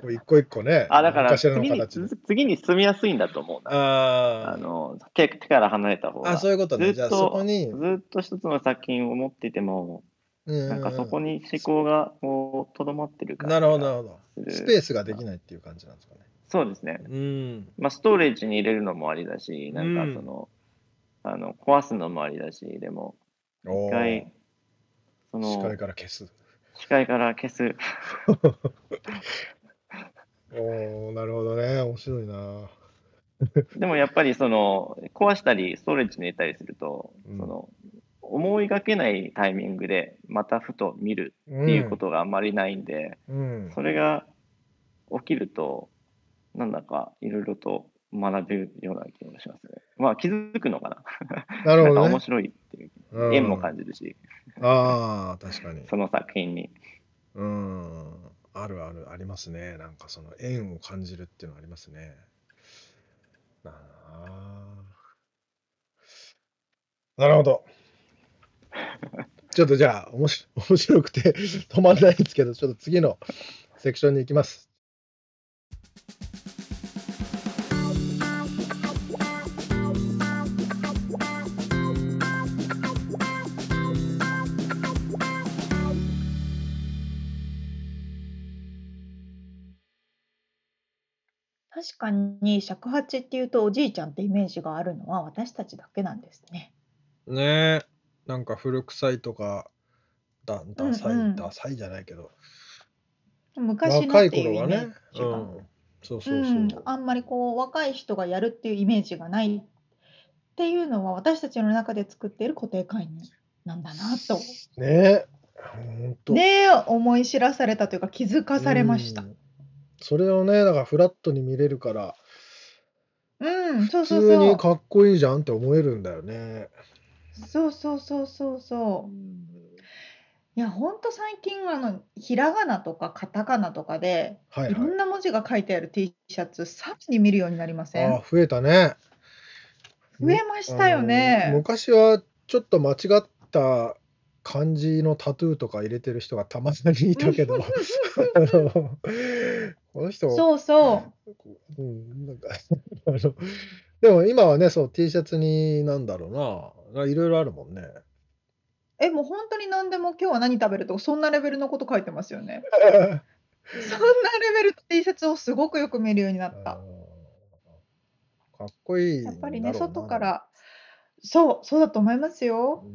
こう一個一個ね、
あ、だから
何しらの
次に
形で。
次に進みやすいんだと思うな。
あ
あ
ー
の手手から離れた方
あ、
が。
そういうこと
ず
ね。
っ
じゃあそことに、
ずっと一つの作品を持っていても、
うん
なんかそこ
に、
に思考がこうとどまってる感じ
な
が
るほど、なるほど。
する
スペースができないっていう感じなんですかね。
そうですね。
うん。
まあ、ストレージに入れるのもありだし、なん
う
か
ん
その、あの壊すのもありだし、でも、
おー
一回、そ
視
の
界、から消す。
視界から消す。
おおなるほどね。面白いな。
でもやっぱりその、壊したり、ストレージに入れたりすると、
うん
その、思いがけないタイミングで、またふと見る
う
っていうこ
ん。
とがあんまりないんで、
うん
それが起きると、なんだかいろいろと学べるような気がしますね。まあ気づくのかな。
なる
な
ほ
ん
ど
か面
ね。
白いっていう、
うん
縁も感じるし、
ああ、確かに。
その作品に。
うん。あるある、ありますね。なんかその縁を感じるっていうのありますね。なあ。なるほど。ちょっとじゃあ、おもし面白くて止まらないんですけど、ちょっと次のセクションに行きます。
確かに尺八っていうとおじいちゃんってイメージがあるのは私たちだけなんですね。
ねえ、なんか古臭いとか、だ、ダサい、
うんうん
ダサいじゃないけど、
昔の
若
っ
い
ていう
頃
イ
は
メ
ね
ー、ジ
う
が、
ん、そう
う
そうそう。
ん、あんまりこう若い人がやるっていうイメージがないっていうのは私たちの中で作っている固定観念なんだなと
ねえ、ほんと。
ねえ思い知らされたというか気づかされました
う。んそれをね、だからフラットに見れるから、
うん、そう
普
そう
通
そ
に
う。
かっこいいじゃんって思えるんだよね。
そうそうそうそうそう。いや、ほんと最近あのひらがなとかカタカナとかで
はい
いろ
はい。
んな文字が書いてある T シャツさらに見るようになりませ
あ
ん
あ、増えたね。
増えましたよ
あ
ね
の昔はちょっと間違った漢字のタトゥーとか入れてる人がたまにいたけ [laughs] ど、あのこの人、
そうそう
うん、なんか [laughs] あのでも今はね、そう T シャツになんだろうな、いろいろあるも
[laughs]
んね。
えもう本当に何でも今日は何食べるとかそんなレベルのこと書いてますよねそんなレベルの T シャツをすごくよく見るようになった
かっこいいんだ
や
ろうな。
っぱりね外からそうそうだと思いますよ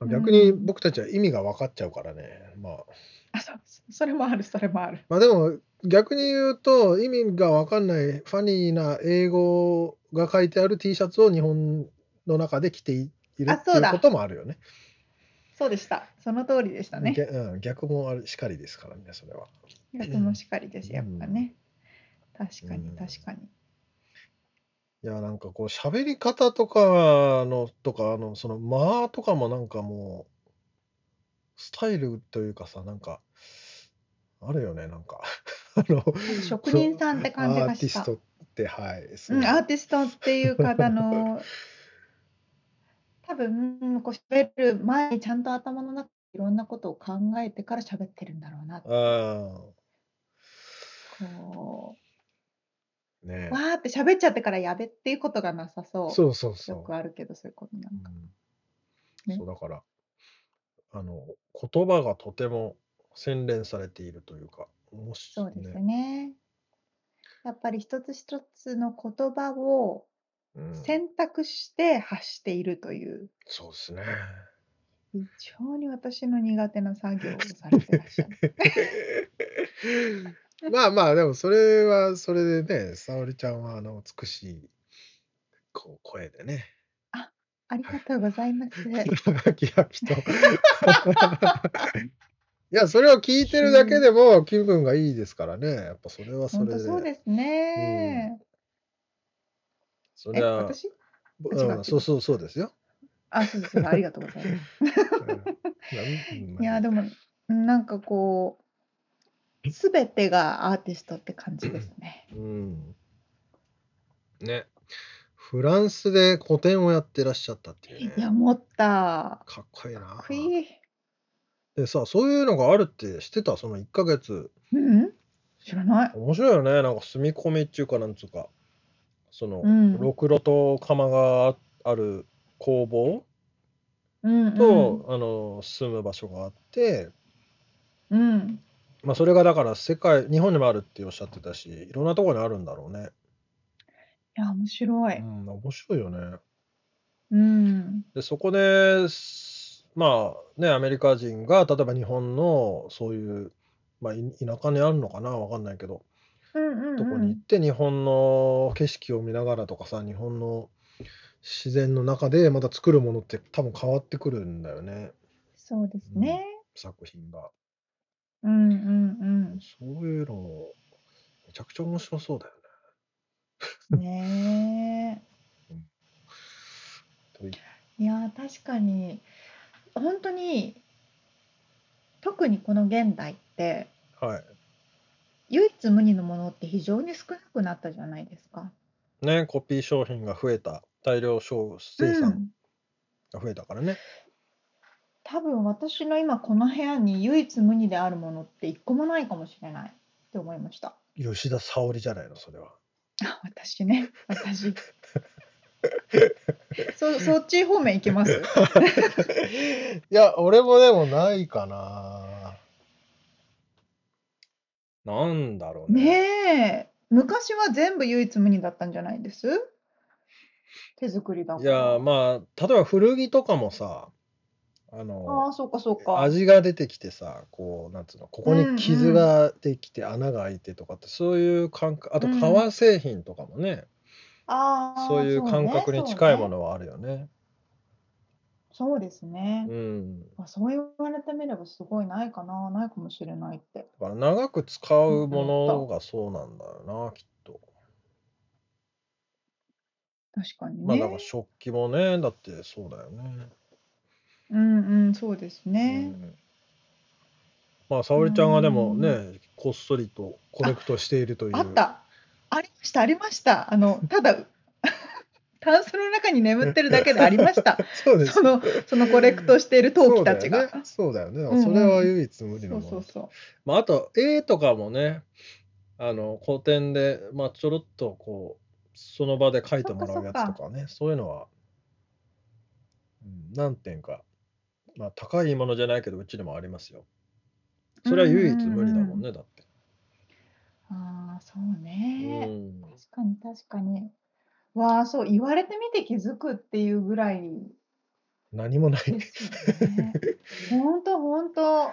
うん逆に僕たちは意味が分かっちゃうからね。まあ、
あそうそれもあるそれもある
まあでも逆に言うと意味が分かんないファニーな英語が書いてある T シャツを日本の中で着ていいる
あ
って
そ
いうう
だ
こともあるよね。
そうでしたその通りでしたね
げうん、逆もあるしかりですからねそれは。
逆もしかりですやっぱね、確か
うん
に確かに、
いやなんかこう喋り方とかのとかあのその間とかもなんかもうスタイルというかさなんかあるよねなんか [laughs] あの
職人さんって感じ
ア
が
ーティ
し
ス
た
トってはいそう
うん、アーティストっていう方の多分こう喋る前にちゃんと頭の中でいろんなことを考えてから喋ってるんだろうな
あ
こ
ーね
うわーって喋っちゃってからやべっていうことがなさそう
そうそうそ
よ
う
くあるけどそういうことな
うん
か、
ん
ね
そうだからあの言葉がとても洗練されているというかもし
そうですね
ね
やっぱり一つ一つの言葉を
うん
選択して発しているという、
そうですね
非常に私の苦手な作業をされてらっしゃる
まあまあでもそれはそれでね沙織ちゃんはあの美しいこう声でね
ありがとうござい
[laughs]
ます
キラキといやそれを聞いてるだけでも気分がいいですからねやっぱそれはそ
本
れ
当
で
そうですね。
そ
え、
れは
私違う違
う、
うん
そうそうそうですよ。
[laughs] あ、そうですそうですありがとうございます。
[laughs] うん
いや、でも、なんかこう、すべてがアーティストって感じですね。
うん。ね。フランスで個展をやってらっしゃったっていう
いや、
ね。
持った。
かっこいいな。
かっこいい。
でさ、そういうのがあるって知ってたその1ヶ月。
うん知らない。
面白いよね。なんか住み込みっていうかなんつうか。その、
うん
ろくろと釜がある工房
うん、うん。
と、あの住む場所があって、
うん。
まあ、それがだから世界日本にもあるっておっしゃってたしいろんなところにあるんだろうね。
いや、面白
う
い。
ん、面白いよね。
うん。
でそこですまあねアメリカ人が例えば日本のそういう、まあ、い田舎にあるのかなわかんないけど、
うんうん、うん。
とこに行って日本の景色を見ながらとかさ日本の自然の中でまた作るものって多分変わってくるんだよね
そうですね。
作品が。
うん、うん、
そういうのめちゃくちゃ面白そうだよね。
うん。ねえ。
とい
いやー確かに本当に特にこの現代って
はい
唯一無二のものって非常に少なくなったじゃないですか。
ね、コピー商品が増えた大量生産
ん、
が増えたからね。
多分私の今この部屋に唯一無二であるものって一個もないかもしれないって思いました。
吉田沙織じゃないのそれは。
あ私ね私 [laughs] そそっち方面行き
[laughs]
ます
いや、俺もでもないかな。なんだろうね。
ねえ昔は全部唯一無二だったんじゃないです手作りだか
い
ら
や、まあ、例えば古着とかもさ、あ
あ
の、
あそうかそうか。
味が出てきてさ、こう、なんつうの、ここ
うんうん
に傷ができて穴が開いてとかって、そういう感覚、あと
うん
革製品とかもね、
ああ
そういう感覚に近いものはあるよね。
そう,、そうですね、
うん。
まあ、そう言われてみればすごいないかなないかもしれないって
だから長く使うものがそうなんだよな、きっと。
確かに
まあ、
ね、
だから食器もね、だってそうだよね。
うんうんそうです
う
ね、
んまあ、沙織ちゃんがでも
う
ね、こっそりとコレクトしているという。
あったありましたありましたあのただ [laughs] タンスの中に眠ってるだけでありました
[laughs] [laughs] そうです
そ。のそのコレクトしている陶器たちが
そうだよね。そうだ
うんう
よね。だから
ん
それは唯一無
そ
二
う,、
のもの。
そうそう
まあ、あと、絵とかもね、あの、古典で、まあ、ちょろっとこう、その場で描いてもらうやつとかね、そういうのは、うん、何点か、まあ、高いものじゃないけど、うちでもありますよ。それは唯一無二だもんね、だって。
ああそうね、
うん
確かに確かに。わあそう言われてみて気づくっていうぐらい
何もない
ですよ
[laughs]
ね。本当本当。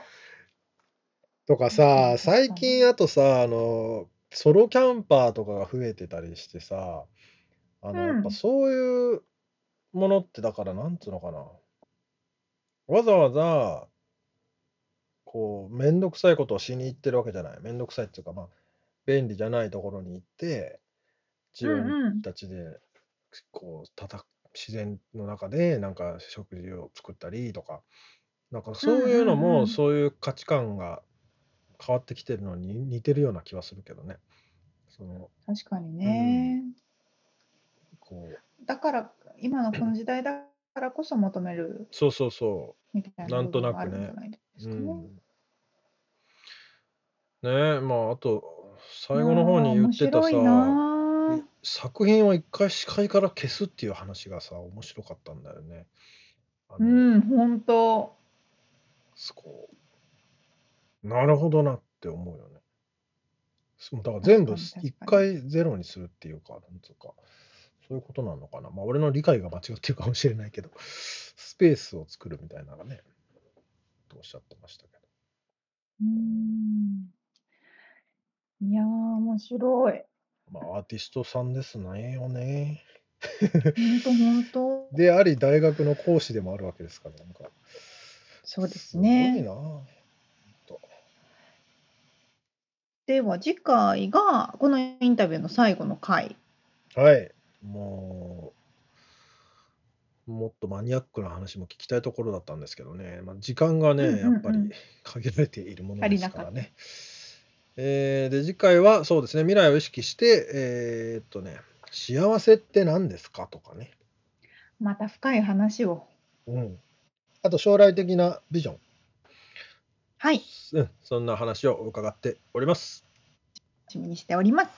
とか
確か
さ
に
最近あとさあのソロキャンパーとかが増えてたりしてさあの、
うん
やっぱそういうものってだからなんつうのかなわざわざこうめんどくさいことをしに行ってるわけじゃないめんどくさいっていうかまあ便利じゃないところに行って自分
うんうん。
たちでこうたた自然の中でなんか食事を作ったりとかなんかそういうの
うんうんう
も
ん
そういう価値観が変わってきてるのに似てるような気はするけどね。その
確かにね。
こう
だから今のこの時代だからこそ求める
そうそうそ
みたい
な
なん部
と
分
なく
があるんじゃないで
う。
す
う
かね。
ん、ねえまああと最後の方に言ってた
あー面白い
さ
なー
作品を一回視界から消すっていう話がさ面白かったんだよね。あ
う
の
ん本当。
すこうなるほどなって思うよね。そうだから全部
確かに
一
確か
回ゼロにするっていうか、なんつうか、そういうことなのかな。まあ俺の理解が間違ってるかもしれないけど、スペースを作るみたいなのがね、とおっしゃってましたけ
うん。いやー面白い。
ど。まあアーティストさんですねよね。
本当本
[laughs]
当。
であり大学の講師でもあるわけですから、なんか。
そうですね
すごいなぁ。
では次回がこのインタビューの最後の回。
はい。もう、もっとマニアックな話も聞きたいところだったんですけどね、まあ、時間がね、
うんうんうん
やっぱり限られているもの
足
で
り
す
な
か
かった
らね。えーで、次回はそうですね、未来を意識して、えーっとね、幸せって何ですかとかね、
また深い話を。
うん。あと将来的なビジョン、
はい。楽
うん、そんな話を伺っております。
しみにしております。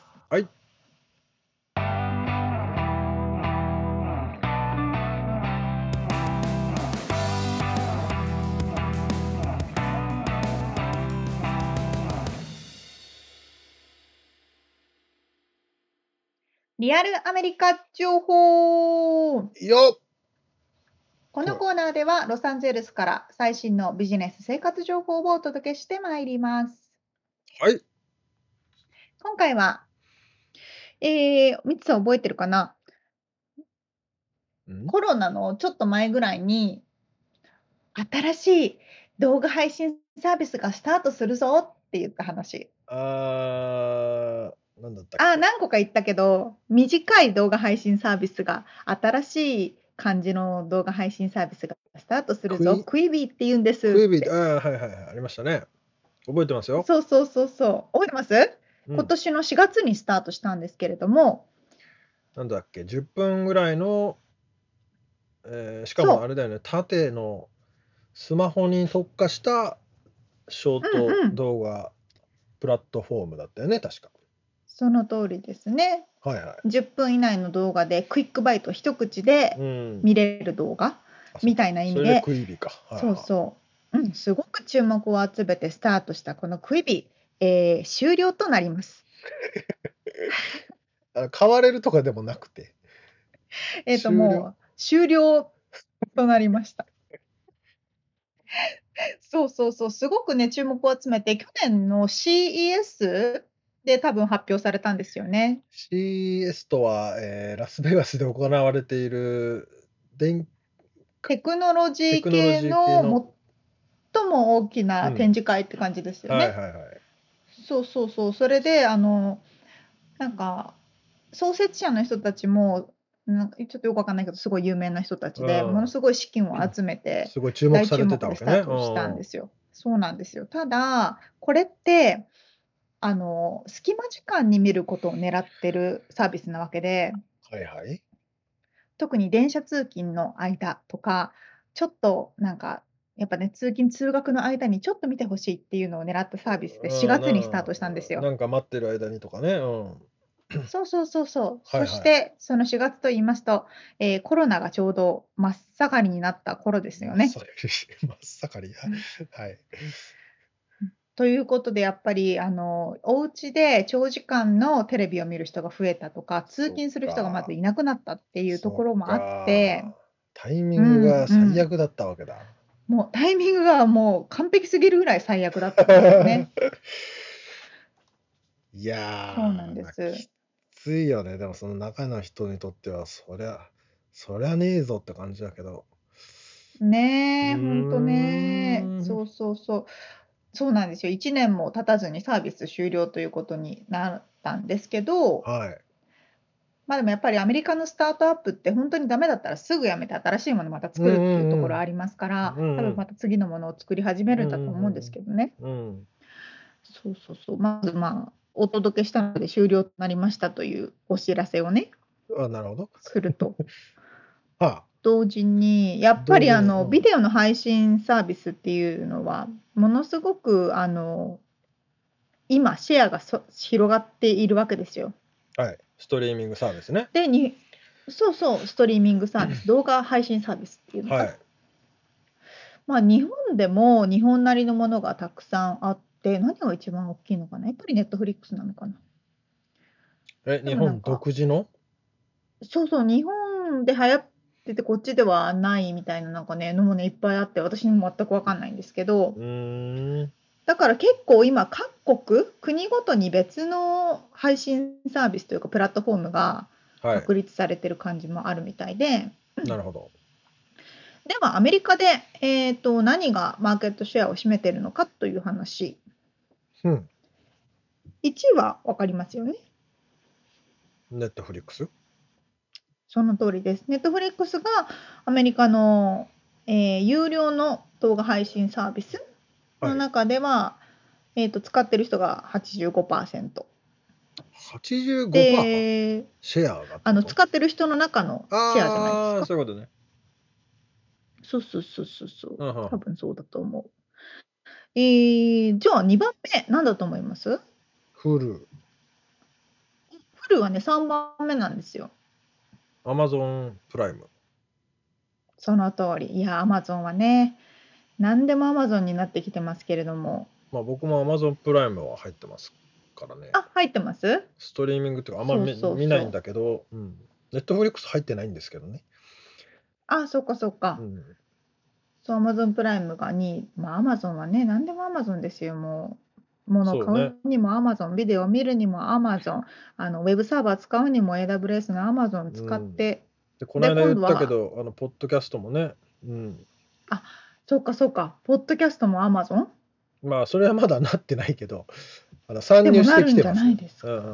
リアルアメリカ情報
よっ
このコーナーではロサンゼルスから最新のビジネス生活情報をお届けしてまいります。
はい。
今回は、えー、みつさん覚えてるかな
うん
コロナのちょっと前ぐらいに新しい動画配信サービスがスタートするぞって言った話。
あー、なんだったっけ
あー、何個か言ったけど、短い動画配信サービスが、新しい感じの動画配信サービスがスタートするぞ。クイビーって言うんです。
クイビー、あーはいはいはい、ありましたね。覚えてますよ。
そうそうそうそう。覚えてます
うん
今年の4月にスタートしたんですけれども、
なんだっけ、10分ぐらいの、えーしか
そ
も
う
あれだよね、縦のスマホに特化したシ
う
ョ
んう
ート
ん
動画プラットフォームだったよね、確か。
その通りですね。
はいは
10分以内の動画でクイックバイト一口で
い。うん。
見れる動画みたいな
な
意
そ
味
れで
で、
クイビーか。はい
そうそう、うん、すごく注目を集めてスタートしたこのクイビ、えー終了となります。
あ買われるとかでもなくて。
えっ、と
終了
もう終了となりま
[laughs]
した。そうそうそう、すごくね、注目を集めて、去年の CES で多分発表されたんですよね。
CS とは、えーラスベガスで行われている電
テクノロジ
テク
ー
ノロ
系
ジー系
の
の
最も大き
う
なん展示会って感じですよ
はい
ね。
はいはい。
そうそうそうそれであのなんか創設者の人たちもなんかちょっとよくわかんないけどすごい有名な人たちで
うん
ものすごい資金を集めて
すごい注目
大
さ
注
れて
目
たわ
で
け
ス
ね。
タートしたんですよ。そうなんですよただこれってあの隙間時間に見ることを狙ってるサービスなわけで。
うんはいはい。
特に電車通勤の間とか、ちょっとなんか、やっぱね、通勤・通学の間にちょっと見てほしいっていうのを狙ったサービスで
うん
4月にスタートしたんです
な
よ。
んか待ってる間にとかね。うん。
そうそうそうそう。
はいは
そ
い
して、その4月と言いますと、えーコロナがちょうど真っ盛りになった頃ですよね
そ。う [laughs] 真っ盛りや。
うん
はい。
ということで、やっぱり、あの、お家で長時間のテレビを見る人が増えたとか、通勤する人がまずいなくなったっていうところもあって、
タイミングが最悪だったわけだ。
もうタイミングがもう完璧すぎるぐらい最悪だったんですよ [laughs] ね。
いやー、
そうなんで
き
す。
ついよね。でもその中の人にとっては、そりゃ、そりゃねえぞって感じだけど。
ねえ、
うー
ほ
ん
んとね。そうそうそう。そうなんですよ。1年も経たずにサービス終了ということになったんですけど、
はい。
まあでもやっぱりアメリカのスタートアップって本当にダメだったらすぐやめて新しいものまた作るっていうところありますから、
うんうんうん
多分また次のものを作り始めるんだと思うんですけどね。
うん。
そうそうそう。まずまあ、お届けしたので終了となりましたというお知らせをね、
あなるほど。
すると。
は
同時にやっぱりあ
同時に
の
うん
ビデオの配信サービスっていうのはものすごくあの今シェアがそ広がっているわけですよ。
あ、はい。ストリーミングサービスね。
でにそうそうストリーミングサービス動画配信サービスっていうのが、
はい。
まあ、日本でも日本なりのものがたくさんあって何が一番大きいのかなやっぱりネットフリックスなのかな
え、
も
日
な
本
んか
独自の
そうそう日本で流行っててこっちではないみたいななんかねのもねいっぱいあって私にも全く分かんないんですけど。
うーん。
だから結構今各国国ごとに別の配信サービスというかプラットフォームが
はい。
確立されてる感じもあるみたいで、
なるほど。
ではアメリカで、えー、と何がマーケットシェアを占めてるのかという話
うん。
1は分かりますよね
ネットフリックス
その通りですネットフリックスがアメリカの、えー有料の動画配信サービス
は
の
い。
中では、えー、と使ってる人が85%
85%
で
シェアが。
あの使ってる人の中のシェアじゃないですか
ああー、そういうことね。
そうそうそうそうそうう。
んうん
多分そうだと思う。えー、じゃあ2番目何だと思います
フル、
フルはね3番目なんですよ。
アマゾンプライム。
その通り。いや、アマゾンはね、何でもアマゾンになってきてますけれども。
まあ僕もアマゾンプライムは入ってますからね。
あ、入ってます
ストリーミングっていうかあんま
そう
見
そうそう
見ないんだけど、うん、ネットフリックス入ってないんですけどね。
あ、そっかそっか
う。ん、
そう、アマゾンプライムが2位。まあ、アマゾンはね、何でもアマゾンですよ、もう。物を
そう
買
ね
うにもアマゾン、ビデオを見るにもアマゾン、あのウェブサーバー使うにも AWS のアマゾン使って、
でこの間
今
言っ
度は
たけどあのポッドキャストもね、うん、
そっかそっか、ポッドキャストもアマゾン
まあそれはまだなってないけどあの参
で
入
も
し
な
て
る
き
ん
て
じゃな
ます、
い
ね。
です
うん
か。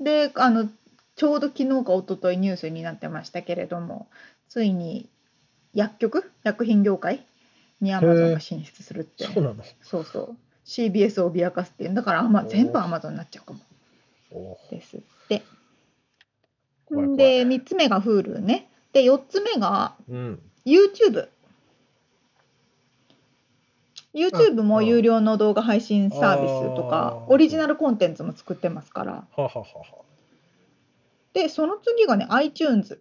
うん
であのちょうど昨日か一昨日ニュースになってましたけれどもついに薬局薬品業界にアマゾンが進出するって
そうなの。
そうそう CBS を脅かすっていうだから、ま、
おー
全部アマゾンになっちゃうかも
おー
ですって
怖い怖い
で3つ目が Hulu ねで4つ目が
うん
YouTubeYouTube も
うん
有料の動画配信サービスとか
あー
オリジナルコンテンツも作ってますから
ははははは。
で、その次がね、iTunes。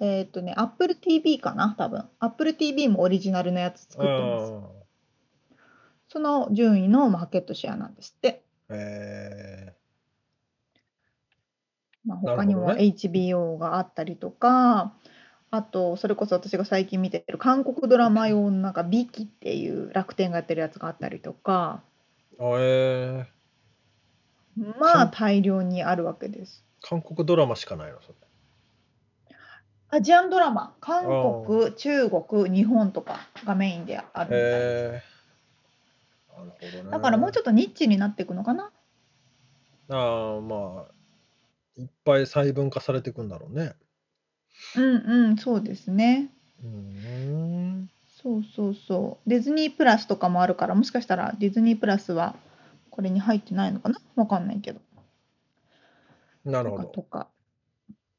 えーっ、とね、Apple TV かな、多分。Apple TV もオリジナルのやつ作ってます。
うん
その順位のマーケットシェアなんですって。
え
まあ、
なる
他
ほどね
にも HBO があったりとか、あと、それこそ私が最近見てる韓国ドラマ用のなんか、ビキっていう楽天がやってるやつがあったりとか、
ー、あえー、
まあ、大量にあるわけです。
韓国ドラマしかないのそれ。
アジアンドラマ、韓国、中国、日本とかがメインであるみたいです。
えー、なるほどね。
だからもうちょっとニッチになっていくのかな。
ああまあいっぱい細分化されていくんだろうね。
うんうん、そうですね。
うーん。
そうそうそう。ディズニープラスとかもあるから、もしかしたらディズニープラスはこれに入ってないのかなわかんないけど。
な
と
るほ
か
ど
と。か。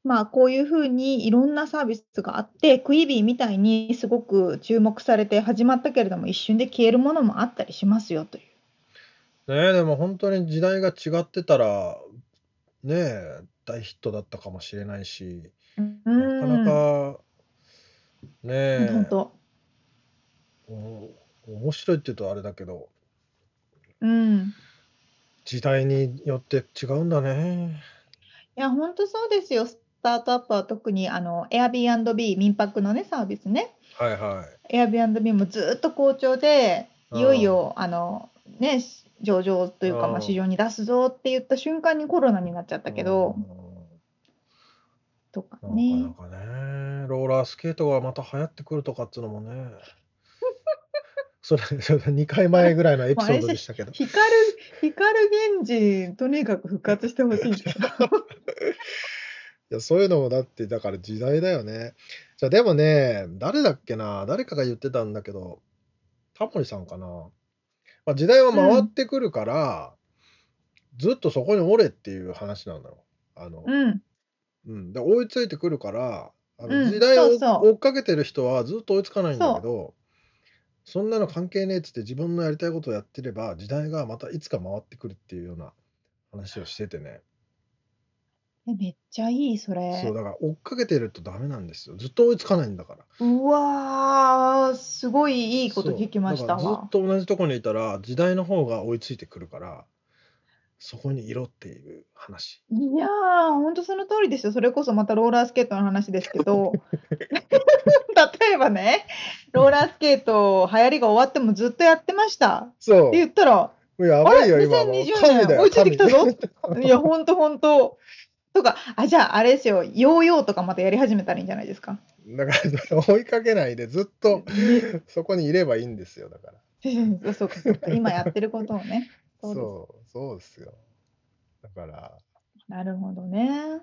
まあこういうふうにいろんなサービスがあって、クイビーみたいにすごく注目されて始まったけれども、一瞬で消えるものもあったりしますよという。
ねえ、でも本当に時代が違ってたら、ねえ、大ヒットだったかもしれないし、
う
なかなか、ね
ん。本
え、
当。
お面白いって言うとあれだけど、
うん。
時代によって違うんだね。
いや、本当そうですよ。スタートアップは特にあの Airbnb 民泊のねサービスね
はいはい
Airbnb もずっと好調でいよい
うん
よあのね上場というかま
う
あ
ん
市場に出すぞって言った瞬間にコロナになっちゃったけどとか
うん
ね
なかなかねローラースケートがまた流行ってくるとかっつうのも [laughs] ねそれそれ2回前ぐ [laughs] らいのエピソードでしたけど
光光源氏とにかく復活してほしいけど
いや、そういうのもだって、だから時代だよね。じゃあでもね、誰だっけな、誰かが言ってたんだけど、タモリさんかな。まあ、時代は回ってくるから、ずっとそこにおれっていう話なのよ。あ
[laughs]
の、
うん
うん。で、追いついてくるから、あ
う
の
ん
時代を
そうそう
追っかけてる人はずっと追いつかないんだけど、そんなの関係ねえっつって自分のやりたいことをやってれば、時代がまたいつか回ってくるっていうような話をしててね。
えめっちゃいいそれ
そうだから追っかけてるとダメなんですよ。ずっと追いつかないんだから。
うわーすごいい
い
いこと聞きました
ずっ
わ
と同じとこにいたら時代の方が追いついてくるからそこにいろっていう話。
いやーほんとその通りですよそれこそまたローラースケートの話ですけど [laughs] 例えばねローラースケート流行りが終わってもずっとやってました
そ
って言ったら
う。や
あ
ばいよ
れ
今もう
2020年追いついてきたぞいやほんとほんととかあじゃああれですよヨーヨーとかまたやり始めたらいいんじゃないですか
神 [laughs] だから追いかけないでずっとそこにいればいいんですよだから。
[laughs] そうそうかそうか今やってることをねそうです
[laughs] そうそうですよ。だから
なるほどね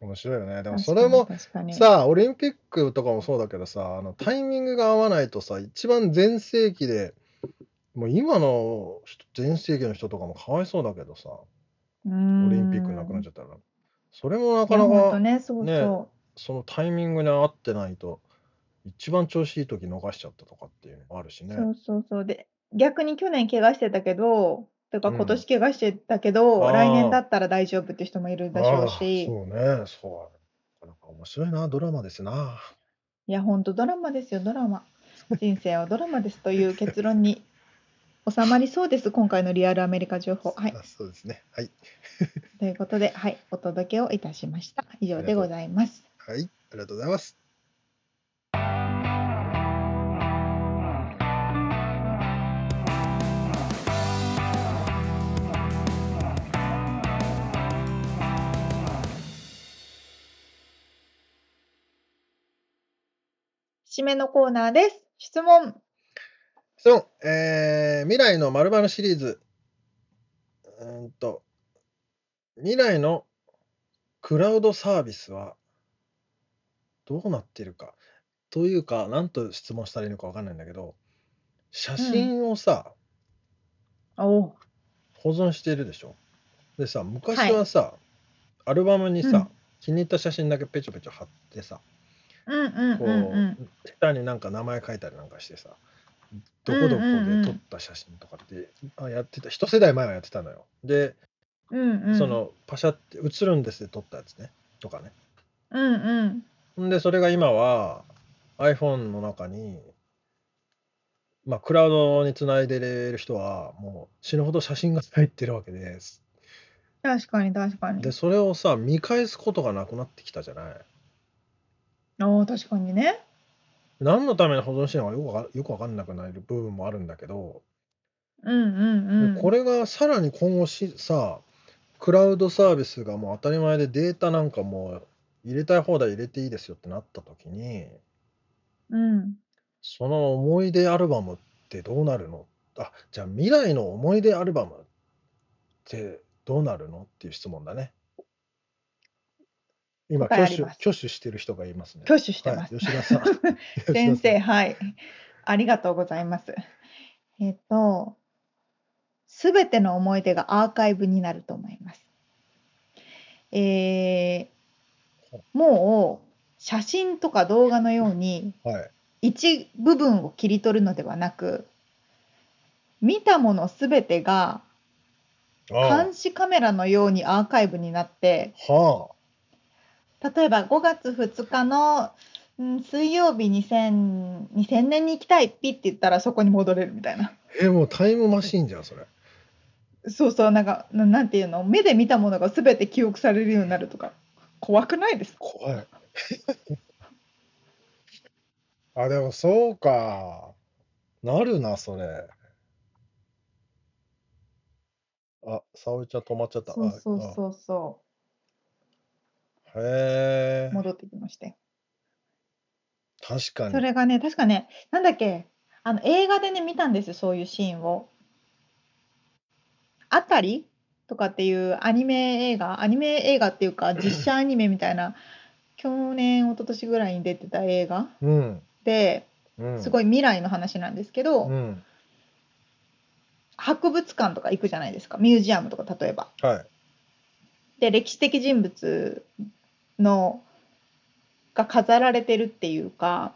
面白いよね。でも
確
そ
か
れ
に
も
確かに
さあオリンピックとかもそうだけどさあのタイミングが合わないとさ一番全盛期でもう今の人全盛期の人とかもかわいそうだけどさオ
オ
リンピックなくなっち
ゃ
ゃったらそれもな
う
か
んいや
な
ほんと
か
ねそう
ね
そう
そのタイミングに合ってないと一番調子いい時逃しちゃったとかっていうのもあるしね
そうそうそうで逆に去年怪我してたけどとか
うん
今年怪我してたけど、
あー
来年だったら大丈夫って人もいる
あ
でしょ
あ
うし
そうねそうなかなか面白いなドラマですない
やほんとドラマですよドラ
[laughs]
マ人生はドラマですという結論に収まりそうです今回のリアルアメリカ情報はい
あそうですねはい
ということではいお届けをいたしました以上でございます
はいありがとうございます
締めのコーナーです質問
そう、えー未来の〇〇シリーズ。うーんと、未来のクラウドサービスはどうなってるか。というか、なんと質問したらいいのかわかんないんだけど、写真をさ、
お
保存してるでしょ。でさ、昔はさ、アルバムにさ、
うん
気に入った写真だけペチョペチョ貼ってさ、
うんうん
こ
う
う、
んうん
下になんか名前書いたりなんかしてさ、どこどこで撮った写真とかって、あやってた、一世代前はやってたのよ。で、
うんうん
その、パシャって映るんですで撮ったやつね、とかね。
うんうん
んで、それが今は iPhone の中に、まあ、クラウドにつないでる人は、もう死ぬほど写真が入ってるわけです。
確かに確かに
で、それをさ、見返すことがなくなってきたじゃない。
ああ確かにね
何のために保存してるのかよくわかよくわかんなくなる部分もあるんだけど、
うんうんうん
でこれがさらに今後しさクラウドサービスがもう当たり前でデータなんかもう入れたい放題入れていいですよってなった時に
うん
その思い出アルバムってどうなるのあじゃあ未来の思い出アルバムってどうなるのっていう質問だね今
答え
挙
あり
手
ます
挙手してる人がいますね
挙手してます。
はい、吉田さん [laughs] 吉田さ
[laughs]
ん
先生、はい。ありがとうございます。えっと、すべての思い出がアーカイブになると思います。えーもう写真とか動画のように
はい
一部分を切り取るのではなく、見たものすべてが
あ
監視カメラのようにアーカイブになって、
あはあ
例えば5月2日の、うん、水曜日2000 2000年に行きたいピッて言ったらそこに戻れるみたいな
えもうタイムマシーンじゃんそれ
そうそうなんかななんていうの目で見たものが全て記憶されるようになるとか怖くないですか
怖い。 [laughs] あ、でもそうか。なるな、それ。あ、沙織ちゃん止まっちゃった。
そうそう
う。
そうそ
あへ
う
え。
戻ってきましたよ
確かに。
それがね確かねなんだっけあの映画でね見たんですよそういうシーンを。あたりとかっていうアニメ映画アニメ映画っていう
[laughs]
か実写アニメみたいな去年一昨年ぐらいに出てた映画
うん。
で
うん。
すごい未来の話なんですけど、
うん。
博物館とか行くじゃないですかミュージアムとか例えば。
はい。
で歴史的人物のが飾られてるっていうか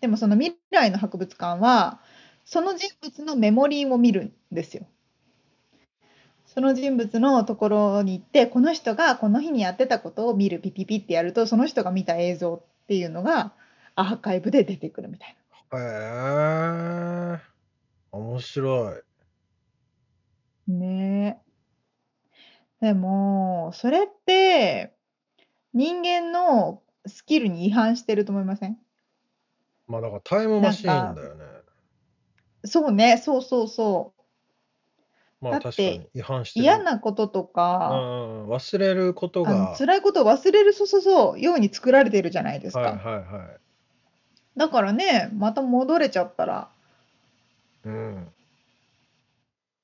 でもその未来の博物館はその人物のメモリーも見るんですよ。その人物のところに行ってこの人がこの日にやってたことを見るピピピってやるとその人が見た映像っていうのがアーカイブで出てくるみたい
へえ。面白い。
な。ねえ。でもそれって人間のスキルに違反してると思いません
まあだからタイムマシーンだよね。
そうね、そうそうそう。
まあ
だっ
確か
て
に違反してる。
嫌なことと
うん
か、
うんうん忘れること
あの
が。
辛いことを忘れるそうそうそうように作られてるじゃないですか。
はいはいはい。
だからね、また戻れちゃったら、
うん。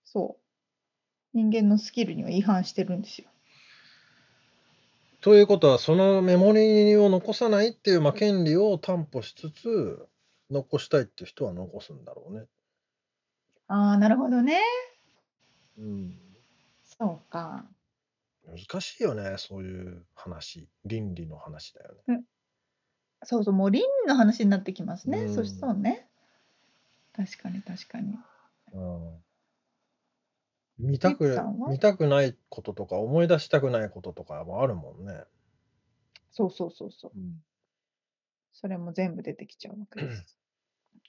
そう、人間のスキルには違反してるんですよ。
ということは、そのメモリーを残さないっていう、まあ、権利を担保しつつ、残したいっていう人は残すんだろうね。
ああ、なるほどね。
うん、
そうか。
難しいよね、そういう話。倫理の話だよね。
そうそう、もう倫理の話になってきますね。
うん
そしそうね。確かに確かに。
うん、見た
リッ
く
ツさんは
見たくないこととか、思い出したくないこととかもあるもんね。
そうそうそうそう。
うん、
それも全部出てきちゃうわけ [laughs] です。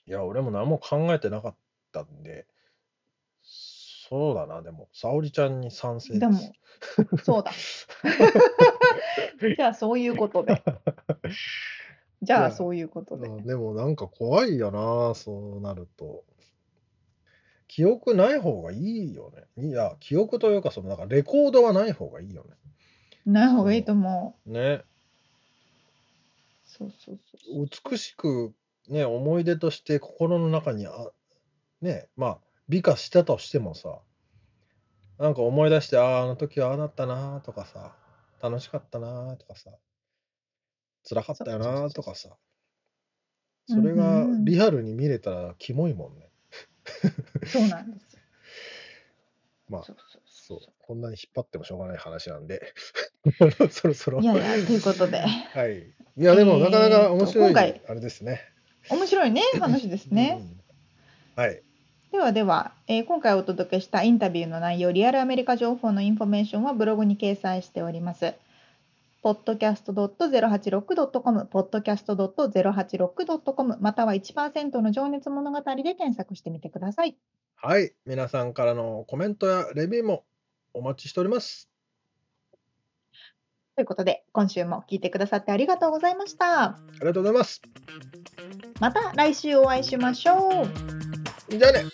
いや、俺も何も考えてなかったんで、そうだな、でも、沙織ちゃんに賛成です。
でも、そう [laughs] だ。じゃあそういうことで。じ
い
ゃ
や
あそういうことで。
うんでもなんか怖いよな、そうなると。記憶ない方がいいよね。いや、記憶というか、そのなんかレコードはない方がいいよ
ない方がいいと思う。
ね。ね。
そうそうそう。
美しく、ね、思い出として心の中にあ、ね、まあ、美化したとしてもさ、なんか思い出して、ああ、あの時はああだったなとかさ、楽しかったなとかさ、辛かったよなとかさ、それが
うんうん
リアルに見れたらキモいもんね。
そうなんですよ。
まあ
そうそうそ
そう
う。
こんなに引っ張ってもしょうがない話な
[laughs]
んで、そろそろ。
いやいや、ということで、
はい。いや、でも、
えー
なかなか面白
今
い、
回
あれですね。
面白 [laughs] いね、話ですね。
うん。はい。
ではでは、えー今回お届けしたインタビューの内容、リアルアメリカ情報のインフォメーションはブログに掲載しております。podcast.086.com、podcast.086.com、または1%の情熱物語で検索してみてください。
はい。皆さんからのコメントやレビューもお待ちしております。
ということで、今週も聞いてくださってありがとうございました。
ありがとうございます。
また来週お会いしましょう。
じゃあね。